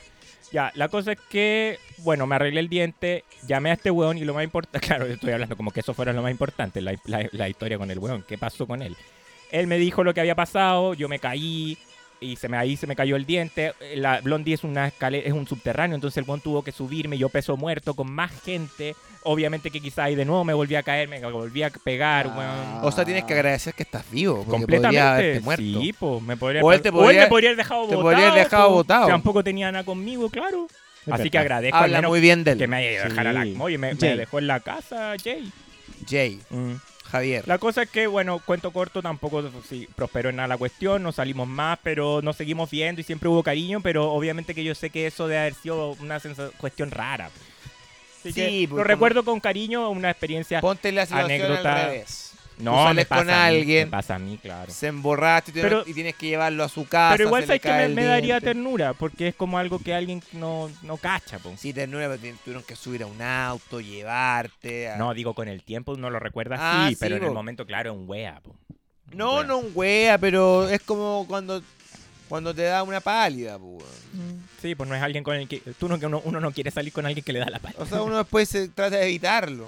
S4: Ya, la cosa es que, bueno, me arreglé el diente, llamé a este weón y lo más importante, [laughs] claro, yo estoy hablando como que eso fuera lo más importante, la, la- la historia con el weón, qué pasó con él. Él me dijo lo que había pasado, yo me caí y se me, ahí se me cayó el diente. La Blondie es, una escalera, es un subterráneo, entonces el weón tuvo que subirme, yo peso muerto con más gente. Obviamente que quizá ahí de nuevo me volví a caer, me volví a pegar,
S6: Ah.
S4: weón.
S5: O sea, tienes que agradecer que estás vivo. Porque podría haberte
S4: Completamente.
S5: muerto.
S4: Sí, po, me podría,
S5: O él te
S4: o él
S5: podría-
S4: me podría haber dejado
S5: te
S4: botado.
S5: podría haber dejado
S4: po.
S5: botado.
S4: Tampoco tenía nada conmigo, claro.
S6: Es
S4: Así
S6: verdad.
S4: que agradezco al
S5: Habla
S4: menos
S5: muy bien de
S4: que
S5: él.
S4: me haya dejado
S6: Sí.
S4: la... Oye, me, me
S6: Jay.
S4: dejó en la casa, Jay.
S5: Jay, Javier.
S4: La cosa es que, bueno, cuento corto, tampoco sí, prosperó en nada la cuestión, no salimos más, pero nos seguimos viendo y siempre hubo cariño, pero obviamente que yo sé que eso debe haber sido una sensa- cuestión rara. Así
S5: Sí,
S4: que
S5: porque
S4: lo
S5: como-
S4: recuerdo con cariño, una experiencia...
S5: Ponte la situación
S4: anécdota.
S5: al revés.
S4: No,
S5: Tú sales
S4: me pasa
S5: con
S4: a mí,
S5: alguien.
S4: me pasa a mí, claro.
S5: Se emborraste y, tiene-
S4: Pero-
S5: y tienes que llevarlo a su casa.
S4: Pero igual
S5: se le
S4: sabes que
S5: cae
S4: me,
S5: el
S4: me daría
S5: diente.
S4: ternura, porque es como algo que alguien no, no cacha, po.
S5: Sí, ternura, pero tien- tuvieron que subir a un auto, llevarte. a-
S4: No, digo, con el tiempo uno lo recuerda
S5: Ah,
S4: así,
S5: sí,
S4: pero en el
S5: po.
S4: momento, claro, es un wea, po. Un
S5: no,
S4: wea.
S5: no un wea, pero es como cuando, cuando te da una pálida, pues.
S4: Sí, pues no es alguien con el que... Tú no, que uno, uno no quiere salir con alguien que le da la paz.
S5: O sea, uno después se trata de evitarlo.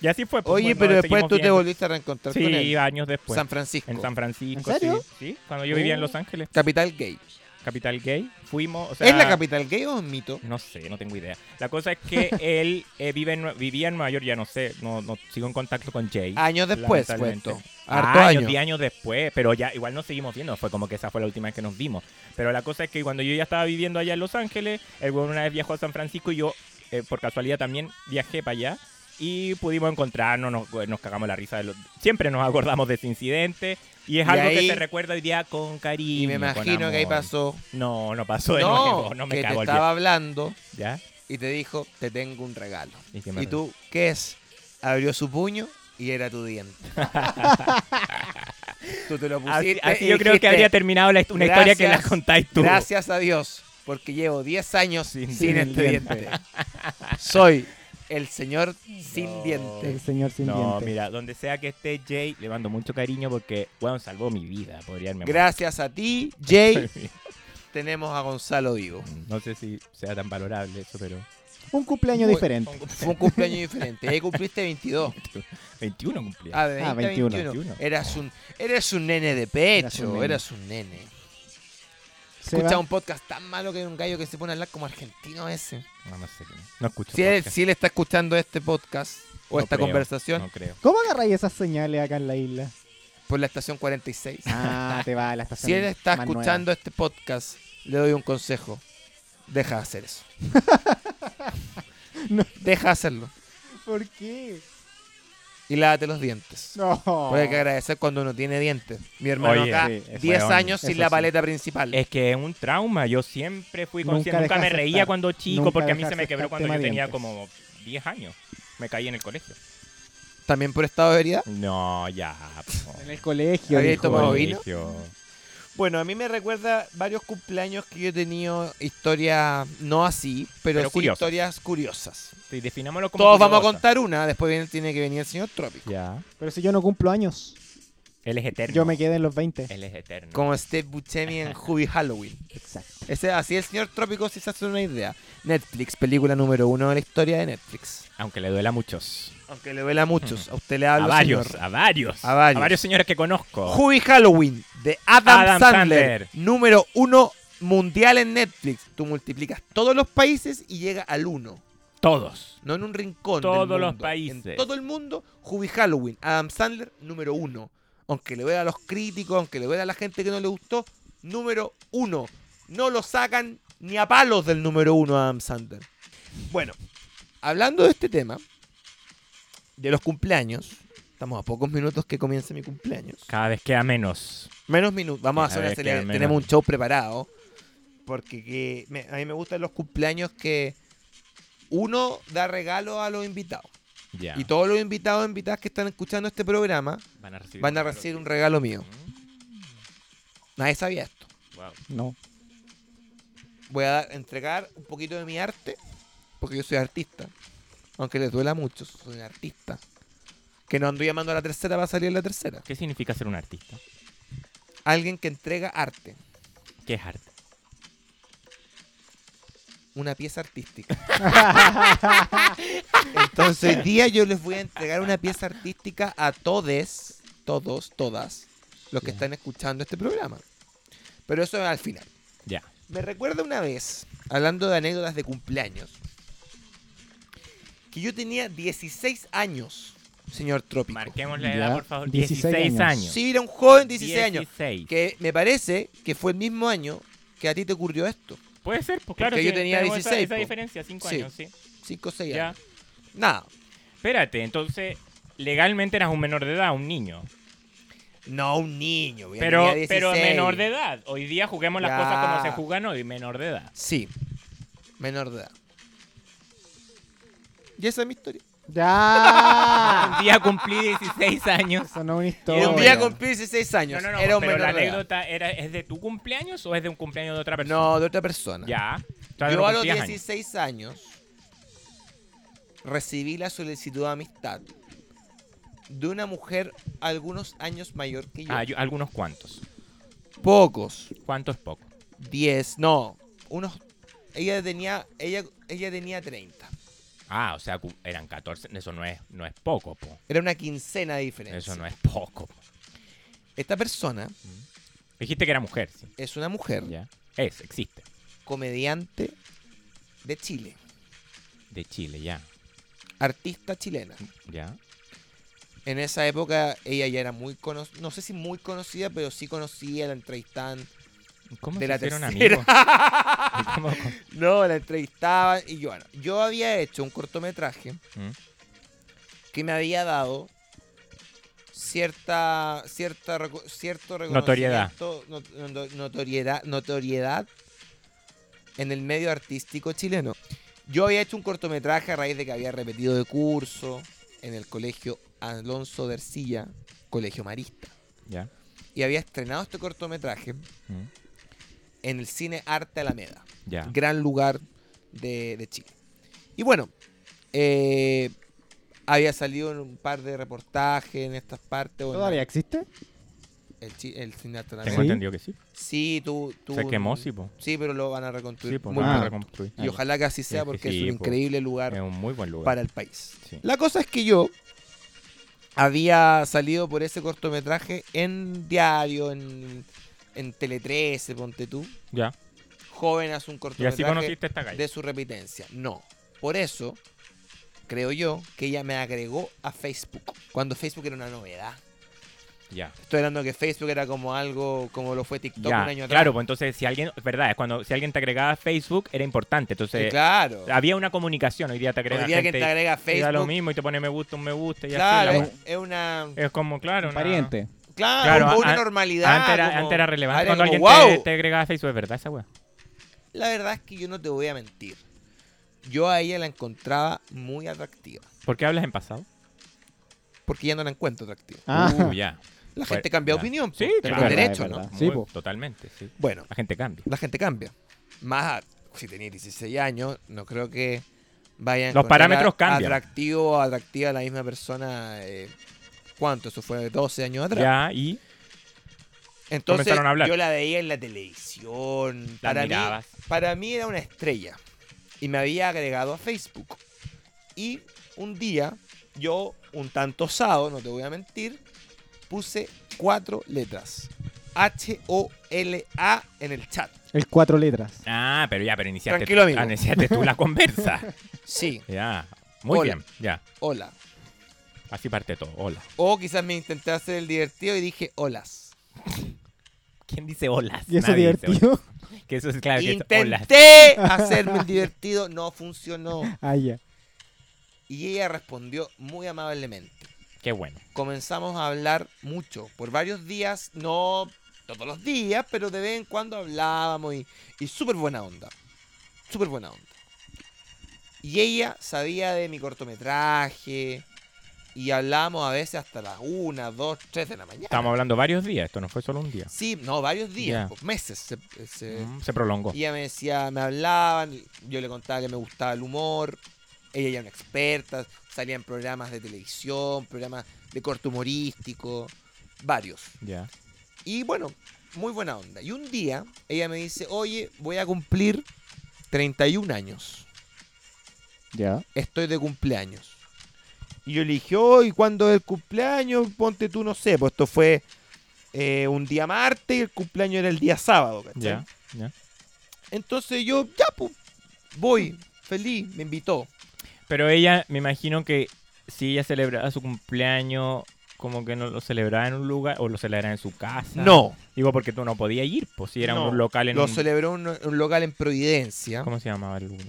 S4: Y así fue. pues,
S5: Oye,
S4: bueno,
S5: pero
S4: nos
S5: después
S4: seguimos
S5: tú te
S4: viendo.
S5: volviste a reencontrar con
S4: Sí,
S5: él.
S4: años después.
S5: San Francisco.
S4: en San Francisco.
S6: ¿En serio?
S4: Sí, sí. Cuando yo vivía en
S6: Oh.
S4: Los Ángeles,
S5: Capital gay.
S4: capital gay, fuimos. o sea,
S5: ¿Es la capital gay o es un mito?
S4: No sé, no tengo idea. La cosa es que
S5: [laughs]
S4: él eh, vive en Nue- vivía en Nueva York, ya no sé. No, no sigo en contacto con Jay.
S5: Años después fue
S4: lamentablemente.
S5: esto. Harto
S4: años,
S5: año.
S4: 10 años después, pero ya igual nos seguimos viendo, fue como que esa fue la última vez que nos vimos. Pero la cosa es que cuando yo ya estaba viviendo allá en Los Ángeles, el weón una vez viajó a San Francisco y yo eh, por casualidad también viajé para allá y pudimos encontrarnos, nos, nos cagamos la risa de los... Siempre nos acordamos de ese incidente y es
S5: Y
S4: algo
S5: ahí-
S4: que se recuerda hoy día con cariño.
S5: Y me
S4: con
S5: imagino que ahí
S4: amor.
S5: pasó.
S4: No, no pasó de
S5: No,
S4: nuevo, no me
S5: que te
S4: cago el
S5: estaba hablando
S4: pie. ¿Ya?
S5: y te dijo, te tengo un regalo.
S4: ¿Y qué me
S5: ¿Y tú qué es? Abrió su puño y era tu
S4: [laughs]
S5: diente. tú te lo
S4: Así,
S5: pusiste.
S4: así
S5: y
S4: yo creo que
S5: dijiste,
S4: habría terminado la- una historia que la
S5: "Gracias,
S4: contáis tú.
S5: Gracias a Dios, porque llevo 10 años sin,
S4: Sin-
S5: este diente.
S4: [laughs]
S5: Soy el señor sin diente.
S6: El señor sin
S4: no,
S6: dientes.
S4: mira, donde sea que esté Jay, le mando mucho cariño porque, weón, salvó mi vida. Podría haberme [laughs]
S5: Gracias a ti, Jay.
S4: muerto.
S5: tenemos a Gonzalo vivo.
S4: No sé si sea tan valorable eso, pero.
S6: Un cumpleaños
S5: Muy-
S6: diferente.
S4: [laughs]
S5: Fue un cumpleaños diferente. Ahí cumpliste 22.
S4: 21 cumplía.
S5: [laughs] Ah, de
S6: Ah,
S5: 20, 21.
S4: 21.
S5: Eras, un, eras un nene de
S6: Eras un
S5: pecho.
S6: nene.
S5: Eras un nene.
S6: Se
S5: Escucha
S6: va-
S5: un podcast tan malo que hay un gallo que se pone a hablar como argentino ese.
S4: No, no sé. No escucho.
S5: Si él,
S4: podcast.
S5: si él está escuchando este podcast o
S4: No
S5: esta
S4: creo,
S5: conversación
S4: No creo.
S6: ¿Cómo agarráis esas señales acá en la isla?
S5: por la estación 46.
S6: Ah, te va a la
S5: [laughs]
S6: estación.
S5: Si él está
S6: más nueva.
S5: escuchando este podcast, le doy un consejo. Deja de hacer [laughs] eso. Deja de hacerlo.
S6: ¿Por qué?
S5: Y lávate los dientes.
S6: No.
S5: Porque hay que agradecer cuando uno tiene dientes. Mi hermano
S4: Oye,
S5: acá,
S6: sí, es
S5: 10
S4: weón,
S5: años
S6: eso
S5: sin la
S6: sí.
S5: paleta principal.
S4: Es que es un trauma. Yo siempre fui
S6: Nunca
S4: consciente. Nunca, me
S6: dejaste
S4: reía
S6: estar.
S4: cuando chico
S6: Nunca
S4: porque a mí se
S6: dejaste
S4: me quebró
S6: estar
S4: cuando yo
S6: tema
S4: tenía
S6: dientes.
S4: como 10 años. Me caí en el colegio.
S5: También por estado de herida.
S4: No, ya.
S5: [laughs]
S6: En el colegio.
S5: Había
S6: dijo.
S5: tomado vino. Bueno, a mí me recuerda varios cumpleaños que yo he tenido historias, no así, pero,
S4: Pero
S5: sí
S4: curiosas.
S5: historias curiosas.
S4: Sí, definámoslo como.
S5: Todos vamos a
S4: curiosa.
S5: contar una, después viene, tiene que venir el señor Trópico.
S4: Ya.
S6: Pero si yo no cumplo años,
S4: Él es eterno.
S6: yo me quedé en los 20.
S4: Él es eterno.
S5: Como Steve Buscemi en Hubby Halloween.
S6: Exacto.
S5: Ese, así el señor Trópico, si se hace una idea. Netflix, película número uno de la historia de Netflix.
S4: Aunque le duela a muchos.
S5: Aunque le duela a muchos, a usted le habla.
S4: A varios,
S5: señor.
S4: a varios.
S5: A varios.
S4: señores que conozco.
S5: Hubby Halloween de Adam,
S4: Adam
S5: Sandler,
S4: Sandler.
S5: número uno mundial en Netflix. Tú multiplicas todos los países y llega al uno.
S4: Todos.
S5: No en un rincón. del
S4: Todos los
S5: mundo, En
S4: países.
S5: todo el mundo, Hubby Halloween, Adam Sandler, número uno. Aunque le vea a los críticos, aunque le vea a la gente que no le gustó, número uno. No lo sacan ni a palos del número uno Adam Sandler. Bueno, hablando de este tema, de los cumpleaños, estamos a pocos minutos que comience mi cumpleaños.
S4: Cada vez queda menos.
S5: Menos minutos. Vamos a hacer una
S4: Cada vez quedan
S5: cele-
S4: menos.
S5: Tenemos un show preparado. Porque que me- a mí me gustan los cumpleaños que uno da regalo a los invitados.
S4: Ya.
S5: Y todos los invitados e invitadas que están escuchando este programa
S4: van a recibir, Mm,
S5: van a recibir un regalo mío. Nadie sabía esto.
S4: Wow.
S6: No.
S5: Voy a dar- entregar un poquito de mi arte. Porque yo soy artista. Aunque les duela mucho, soy un artista. Que no ando llamando a la tercera para salir en la tercera.
S4: ¿Qué significa ser un artista?
S5: Alguien que entrega arte.
S4: ¿Qué es arte?
S5: una pieza artística. Entonces hoy día yo les voy a entregar una pieza artística a todes, todos, todas, los que
S4: Ya.
S5: están escuchando este programa. Pero eso es al final.
S4: Ya.
S5: Me recuerda una vez, hablando de anécdotas de cumpleaños, que yo tenía 16 años, señor Trópico.
S4: Marquemos la
S6: Ya.
S4: edad, por favor.
S6: 16
S4: 16,
S6: años.
S4: años.
S5: Sí, era un joven de 16 años.
S4: 16.
S5: Que me parece que fue el mismo año que a ti te ocurrió esto.
S4: Puede ser, pues claro.
S5: Porque
S4: sí,
S5: yo tenía
S4: tenemos
S5: 16,
S4: Esa, esa
S5: po.
S4: diferencia, 5
S5: Sí.
S4: años, sí.
S5: 5 o 6
S4: Ya.
S5: años. Nada,
S4: Espérate, entonces, legalmente eras un menor de edad, un niño.
S5: No, un niño. ya
S4: Pero,
S5: tenía
S4: pero
S5: 16.
S4: menor de edad. Hoy día juguemos las
S5: Ya.
S4: cosas como se jugan hoy, menor de edad.
S5: Sí, menor de edad. Y esa es mi historia.
S6: ¡Ya!
S4: [laughs] Un día cumplí 16 años.
S6: Eso no es una
S4: Y
S6: historia.
S5: Era un día cumplí 16
S4: No,
S5: años.
S4: no, no,
S5: era un
S4: pero
S5: menor de
S4: la
S5: edad.
S4: anécdota era, ¿es de tu cumpleaños o es de un cumpleaños de otra persona?
S5: No, de otra persona.
S4: Ya.
S5: Yo a los 16 años recibí la solicitud de amistad de una mujer algunos años mayor que yo.
S4: Ah, yo- algunos cuantos.
S5: Pocos.
S4: ¿Cuántos poco?
S5: 10, no. Unos. Ella tenía, ella, ella tenía 30.
S4: Ah, o sea, cu- eran 14. Eso no es, no es poco, po.
S5: Era una quincena de diferencia.
S4: Eso no es poco.
S5: Esta persona
S4: Dijiste que era mujer, sí.
S5: es una mujer
S4: Ya. Es, existe.
S5: comediante de Chile,
S4: De Chile, ya.
S5: artista chilena.
S4: Ya.
S5: En esa época ella ya era muy conocida, no sé si muy conocida, pero sí conocida, la entrevistaban.
S4: ¿Cómo
S5: De
S4: se
S5: la
S4: hicieron
S5: tercera.
S4: amigos?
S5: [laughs]
S4: ¿Y cómo con-
S5: No, la entrevistaban y yo, bueno, yo había hecho un cortometraje
S4: ¿Mm?
S5: que me había dado cierta cierta reco- cierto
S4: Notoriedad.
S5: reconocimiento, no- no- notoriedad notoriedad en el medio artístico chileno. Yo había hecho un cortometraje a raíz de que había repetido de curso en el colegio Alonso de Ercilla, colegio marista,
S4: Ya.
S5: y había estrenado este cortometraje
S4: ¿Mm?
S5: en el cine Arte Alameda
S4: Ya.
S5: gran lugar de, de Chile. Y bueno, eh, había salido en un par de reportajes en estas partes. o en-
S6: ¿Todavía existe?
S5: el, chi- el sinato
S4: Tengo
S5: también.
S6: Sí.
S4: entendido que sí.
S5: Sí, tú, tú.
S4: Se quemó, sí, po.
S5: Sí, pero lo van a reconstruir.
S4: Sí, po,
S5: muy
S4: lo van a
S5: pronto.
S4: reconstruir.
S5: Y ojalá que así sea
S4: Es que
S5: porque es,
S4: sí,
S5: un
S4: po.
S5: increíble lugar
S4: Es un muy buen lugar.
S5: para el país.
S4: Sí.
S5: La cosa es que yo había salido por ese cortometraje en diario, en, en Tele 13, ponte tú.
S4: Ya.
S5: Joven hace un
S4: Y así
S5: cortometraje
S4: conociste esta calle.
S5: de su repitencia. No. Por eso, creo yo, que ella me agregó a Facebook. Cuando Facebook era una novedad.
S4: Ya.
S5: Estoy hablando que Facebook era como algo, como lo fue TikTok
S4: Ya,
S5: un año atrás.
S4: claro, pues entonces si alguien, es verdad, es cuando si alguien te agregaba a Facebook era importante, entonces
S5: Sí, claro.
S4: había una comunicación, hoy día te agrega
S5: Hoy día que
S4: gente
S5: te agrega a
S4: y da lo
S5: Facebook.
S4: mismo y te pone me gusta, un me gusta y así,
S5: Claro,
S4: la
S5: es,
S4: wea.
S5: es una.
S4: es como claro, una-
S6: Pariente.
S5: Claro,
S4: Claro,
S5: como una
S4: an-
S5: normalidad.
S4: Antes era,
S5: Ah, como-
S4: antes era relevante
S5: ahora
S4: cuando
S5: como,
S4: alguien te,
S5: "Wow".
S4: te agregaba a Facebook, es verdad esa weá.
S5: La verdad es que yo no te voy a mentir. Yo a ella la encontraba muy atractiva.
S4: ¿Por qué hablas en pasado?
S5: Porque ya no la encuentro atractiva.
S6: Ah,
S4: Uh, ya.
S5: La
S4: Fue-
S5: gente cambia de
S4: ya.
S5: opinión.
S4: Sí,
S5: pues,
S4: claro.
S5: tengo
S4: Es verdad,
S5: derecho,
S6: es
S5: ¿no?
S6: verdad. Sí,
S4: Muy-
S6: po.
S4: totalmente, sí.
S5: Bueno,
S4: La gente cambia.
S5: la gente cambia. Más a- si tenía 16 años, no creo que vayan
S4: Los parámetros cambian.
S5: Atractivo o atractiva a la misma persona. eh, ¿Cuánto? Eso fue 12 años atrás.
S4: Ya, y
S5: Entonces,
S4: Comenzaron a hablar.
S5: yo la veía en la televisión.
S4: La
S5: para, mí,
S4: mirabas.
S5: para mí era una estrella. Y me había agregado a Facebook. Y un día, yo, un tanto osado, no te voy a mentir, puse cuatro letras. H-O-L-A en el chat.
S6: El cuatro letras.
S4: Ah, pero ya, pero iniciaste,
S5: Tranquilo, amigo.
S4: ah,
S5: [laughs]
S4: iniciaste tú la conversa.
S5: Sí,
S4: ya. Muy
S5: Hola.
S4: bien, ya.
S5: hola.
S4: Así parte todo. Hola.
S5: O quizás me intenté hacer el divertido y dije holas.
S4: ¿Quién dice hola?
S6: Y eso es divertido.
S4: Que eso es claro, que es hola.
S5: Intenté [laughs] hacerme el divertido, no funcionó.
S6: [laughs] Ah, ya.
S5: Y ella respondió muy amablemente.
S4: Qué bueno.
S5: comenzamos a hablar mucho. Por varios días, no todos los días, pero de vez en cuando hablábamos y, y súper buena onda. Súper buena onda. Y ella sabía de mi cortometraje y hablábamos a veces hasta las 1, 2, 3 de la mañana.
S4: Estábamos hablando varios días, esto no fue solo un día.
S5: Sí, no, varios días, po,
S4: Ya.
S5: meses. se- se-
S4: Mm, Se prolongó.
S5: y ella me decía, me hablaban, yo le contaba que me gustaba el humor, ella ya era una experta, salía en programas de televisión, programas de corto humorístico, varios.
S4: Ya.
S5: Y bueno, muy buena onda. Y un día ella me dice, oye, voy a cumplir 31 años,
S6: Ya.
S5: estoy de cumpleaños. Y yo le dije, oye, ¿cuándo es el cumpleaños? Ponte tú, no sé, pues esto fue eh, un día martes y el cumpleaños era el día sábado, ¿cachai?
S4: Ya. ya.
S5: Entonces yo, ya, pues, voy, feliz, me invitó.
S4: Pero ella, me imagino que si ella celebraba su cumpleaños, como que no lo celebraba en un lugar o lo celebraba en su casa.
S5: No,
S4: Digo, porque tú no podías ir, pues si era
S5: No,
S4: un local en
S5: lo
S4: un...
S5: celebró en un, un local en Providencia,
S4: ¿Cómo se llamaba el
S6: [laughs]
S4: lugar?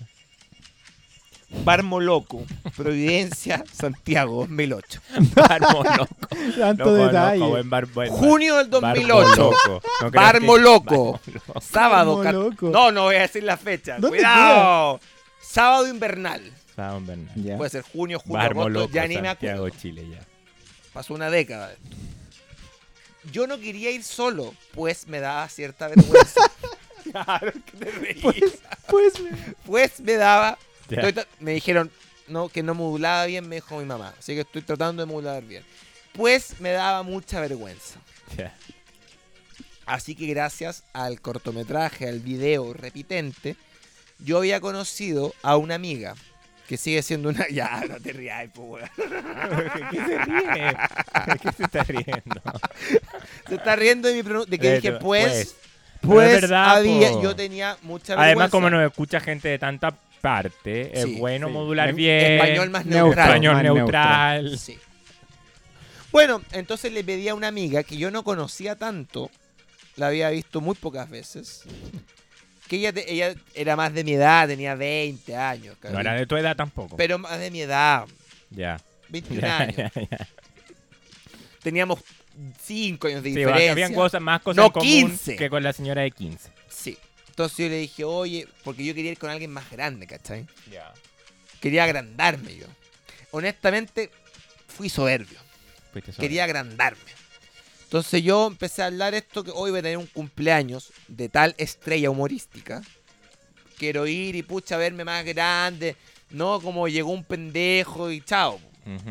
S5: Bar Moloco, Providencia, [laughs] Santiago, 2008.
S4: Barmo Loco.
S6: Tanto
S4: Loco,
S6: detalle.
S4: loco, buen bar- buen bar-
S5: Junio del
S4: Barmo
S5: 2008,
S4: Loco. No creo
S5: Barmo
S4: que-
S5: Loco.
S4: Barmo Loco.
S5: sábado...
S6: Barmo
S5: cat-
S6: Loco.
S5: No, no voy a decir la fecha,
S6: ¿Dónde
S5: cuidado. Sábado invernal,
S4: Sábado en Bernal. [laughs]
S6: Ya.
S5: puede ser junio, julio,
S4: Barmo
S5: agosto,
S4: Loco,
S5: ya ni me acuerdo.
S4: Santiago, Chile, ya.
S5: Pasó una década de esto. Yo no quería ir solo, pues me daba cierta
S4: [laughs]
S5: vergüenza. claro, que te reís.
S6: Pues, pues,
S5: Pues me daba.
S4: [laughs] Ya.
S5: estoy tra- me dijeron no, que no modulaba bien, me dijo mi mamá. Así que estoy tratando de modular bien. Pues me daba mucha vergüenza.
S4: Ya.
S5: Así que gracias al cortometraje, al video repitente, yo había conocido a una amiga que sigue siendo una. [laughs] Ya, no te rías, po, weón. [laughs]
S4: [laughs] ¿De qué se ríe? ¿De qué se está riendo?
S5: Se está riendo de, mi pronu- de que
S4: Eh,
S5: dije,
S4: tú-
S5: pues.
S4: Pero
S5: Pues
S4: es verdad,
S5: había,
S4: po.
S5: yo tenía mucha vergüenza.
S4: Además, como nos escucha gente de tanta parte,
S5: Sí,
S4: es bueno
S6: sí.
S4: modular
S6: En
S4: bien.
S5: Español más
S6: Neutro.
S5: neutral.
S4: español
S6: Más
S4: neutral.
S5: Sí. [laughs] Bueno, entonces le pedí a una amiga que yo no conocía tanto, la había visto muy pocas veces, [laughs] que ella, te- ella era más de mi edad, tenía 20 años,
S4: No era
S5: ¿cachai?
S4: de tu edad tampoco.
S5: pero más de mi edad,
S4: ya.
S5: 21
S4: ya,
S5: años.
S4: [laughs] ya, ya.
S5: Teníamos 5 años de
S4: Sí,
S5: diferencia.
S4: habían cosas, más cosas
S5: No,
S4: en común
S5: 15.
S4: que con la señora de 15.
S5: Sí. Entonces yo le dije, oye, porque yo quería ir con alguien más grande, ¿cachai?
S4: Ya.
S5: Quería agrandarme yo. Honestamente, fui soberbio. quería agrandarme. Entonces yo empecé a hablar esto que hoy voy a tener un cumpleaños de tal estrella humorística. Quiero ir y pucha verme más grande. No
S4: Mm.
S5: como llegó un pendejo y chao.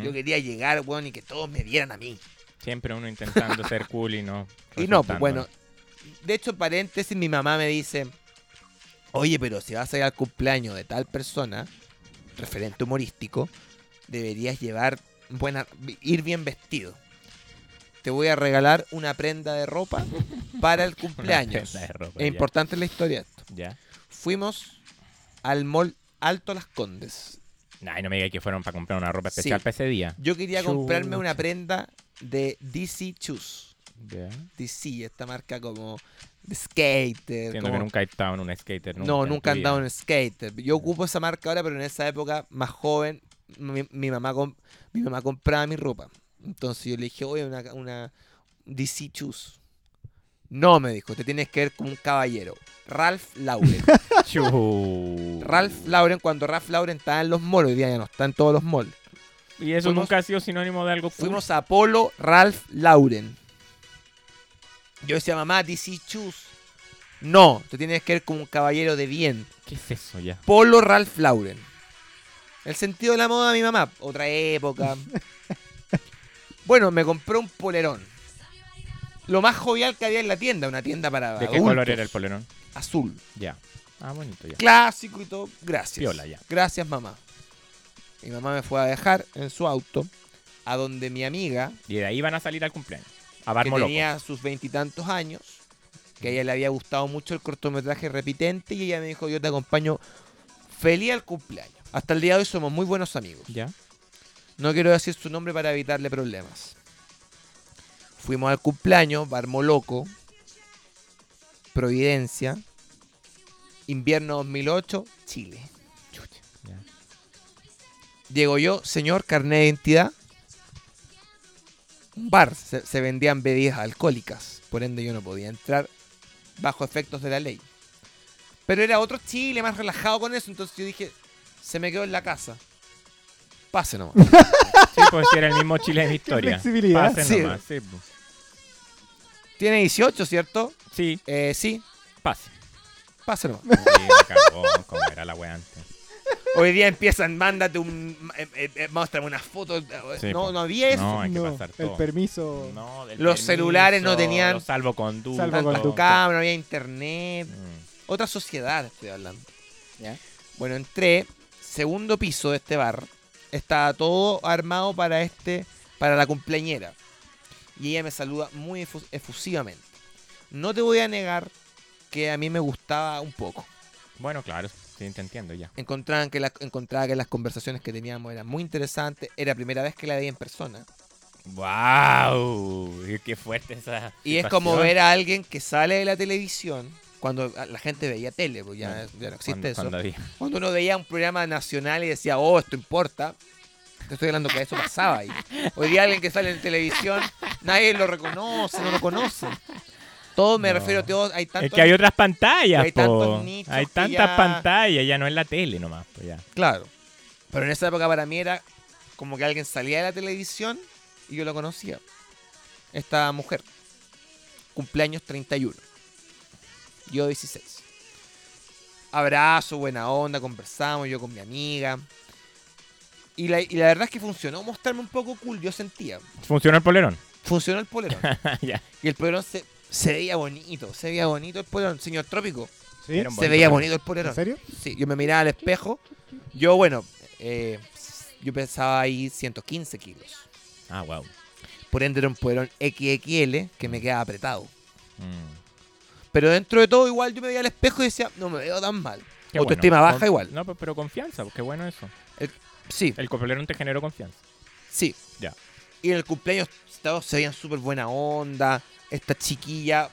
S5: Yo quería llegar, weón, y que todos me vieran a mí.
S4: Siempre uno intentando ser cool y no.
S5: [laughs] Y no,
S4: resultando.
S5: pues bueno. De hecho, paréntesis, mi mamá me dice, oye, pero si vas a ir al cumpleaños de tal persona, referente humorístico, deberías llevar buena, ir bien vestido. Te voy a regalar una prenda de ropa para
S4: [laughs]
S5: el cumpleaños.
S4: prenda de ropa,
S5: es
S4: ya.
S5: importante la historia esto.
S4: Ya.
S5: Fuimos al mall Alto Las Condes.
S4: Ay, no me digas que fueron para comprar una ropa
S5: Sí.
S4: especial para ese día.
S5: Yo quería comprarme una
S4: Chucha.
S5: prenda de DC Shoes.
S4: Ya.
S5: DC, esta marca como de skater.
S4: Siendo
S5: como-
S4: que nunca he estado en un skater. Nunca
S5: no,
S4: en
S5: nunca
S4: tu
S5: han dado
S4: vida.
S5: un skater. Yo ocupo esa marca ahora, pero en esa época, más joven, mi, mi mamá, com- mi mamá compraba mi ropa. Entonces yo le dije, oye, una, una DC Shoes. No, me dijo, te tienes que ver como un caballero. Ralph
S4: [laughs]
S5: Lauren.
S4: Chu.
S5: Ralph Lauren, cuando Ralph Lauren estaba en los malls, hoy día ya no está en todos los malls.
S4: Y eso
S5: Fuimos-
S4: nunca ha sido sinónimo de algo cool.
S5: Fuimos a Polo Ralph Lauren. Yo decía, mamá, DC Shoes. No, te tienes que ver como un caballero de bien.
S4: ¿Qué es eso ya?
S5: Polo Ralph Lauren. El sentido de la moda de mi mamá, otra
S4: [laughs]
S5: época. bueno, me compré un polerón. Lo más jovial que había en la tienda, una tienda para
S4: ¿De qué
S5: adultos.
S4: color era el polerón?
S5: Azul.
S4: Ya. Ah, bonito ya.
S5: Clásico y todo. Gracias.
S4: Piola, ya.
S5: Gracias, mamá. Mi mamá me fue a dejar en su auto a donde mi amiga,
S4: Y de ahí van a salir al cumpleaños. A
S5: que
S4: Barmo Loco.
S5: tenía sus veintitantos años, que a ella le había gustado mucho el cortometraje repitente y ella me dijo, yo te acompaño feliz al cumpleaños. Hasta el día de hoy somos muy buenos amigos.
S4: Ya.
S5: No quiero decir su nombre para evitarle problemas. Fuimos al cumpleaños, Barmo Loco, Providencia, invierno 2008, Chile.
S4: Chucha, ya.
S5: Llego yo, señor, carnet de identidad. Un bar, se, se vendían bebidas alcohólicas, por ende yo no podía entrar bajo efectos de la ley. Pero era otro Chile más relajado con eso, entonces yo dije, se me quedó en la casa. Pase nomás.
S4: Sí, pues sí, era el mismo Chile de mi historia.
S6: flexibilidad.
S4: Pase
S5: Sí.
S4: nomás, sí, pues.
S5: Tiene 18, ¿cierto?
S4: Sí,
S5: Eh, sí, [laughs]
S4: pase.
S5: pase nomás.
S4: Sí, me cagó, como era la wea antes.
S5: Hoy día empiezan, mándate un. Eh, eh, eh, muéstrame una foto.
S4: Sí,
S5: no,
S4: po.
S5: no había eso.
S4: No, hay que
S6: No,
S4: pasar todo.
S6: el permiso.
S4: No, del
S5: Los celulares no tenían-
S4: Los salvoconductos.
S5: Tanto
S6: Salvoconducto. Salvoconducto.
S5: cámara, no había internet.
S4: Mm,
S5: Otra sociedad estoy hablando. Bueno, entré, segundo piso de este bar. Estaba todo armado para este, para la cumpleañera. Y ella me saluda muy efu- efusivamente. No te voy a negar que a mí me gustaba un poco.
S4: Bueno, claro, sí, te entiendo ya.
S5: Encontraban que la- encontraba que las conversaciones que teníamos eran muy interesantes. Era la primera vez que la veía en persona.
S4: ¡Wow! ¡Qué fuerte esa.
S5: Y es
S4: situación.
S5: como ver a alguien que sale de la televisión, cuando la gente veía tele, pues ya,
S4: Bueno,
S5: ya no
S4: Cuando-
S5: existe eso.
S4: cuando
S5: Cuando,
S4: había-
S5: uno veía un programa nacional y decía, oh, esto importa. Te estoy hablando que eso pasaba ahí. Hoy día alguien que sale en televisión, nadie lo reconoce, no lo conoce. Todo me
S4: No.
S5: refiero a todos, hay tantos...
S4: Es que hay otras pantallas,
S5: hay
S4: po.
S5: tantos nichos
S4: Hay
S5: que
S4: tantas
S5: ya-
S4: pantallas, ya no es la tele nomás, pues ya.
S5: Claro. Pero en esa época para mí era como que alguien salía de la televisión y yo lo conocía. Esta mujer. Cumpleaños 31. Yo 16. Abrazo, buena onda, conversamos, yo con mi amiga. Y la, y la verdad es que funcionó mostrarme un poco cool, yo sentía.
S4: ¿Funciona el polerón?
S5: Funcionó el polerón.
S4: [laughs] ya.
S5: y el polerón se, se veía bonito, se veía bonito el polerón. Señor Trópico,
S6: ¿Sí?
S4: Era un
S5: se veía
S4: polerón.
S5: bonito el polerón.
S6: ¿En serio?
S5: Sí, yo me miraba al espejo. Yo, bueno, eh, yo pensaba ahí 115 kilos.
S4: Ah, wow.
S5: Por ende era un poderón XXL que me quedaba apretado.
S4: Mm.
S5: Pero dentro de todo, igual yo me veía al espejo y decía, no me veo tan mal. Autoestima baja igual.
S4: No, pero, pero confianza, pues, qué bueno eso.
S5: Sí,
S4: El copolerón te generó confianza.
S5: sí.
S4: Ya.
S5: Y en el cumpleaños todos se veían súper buena onda. Esta chiquilla,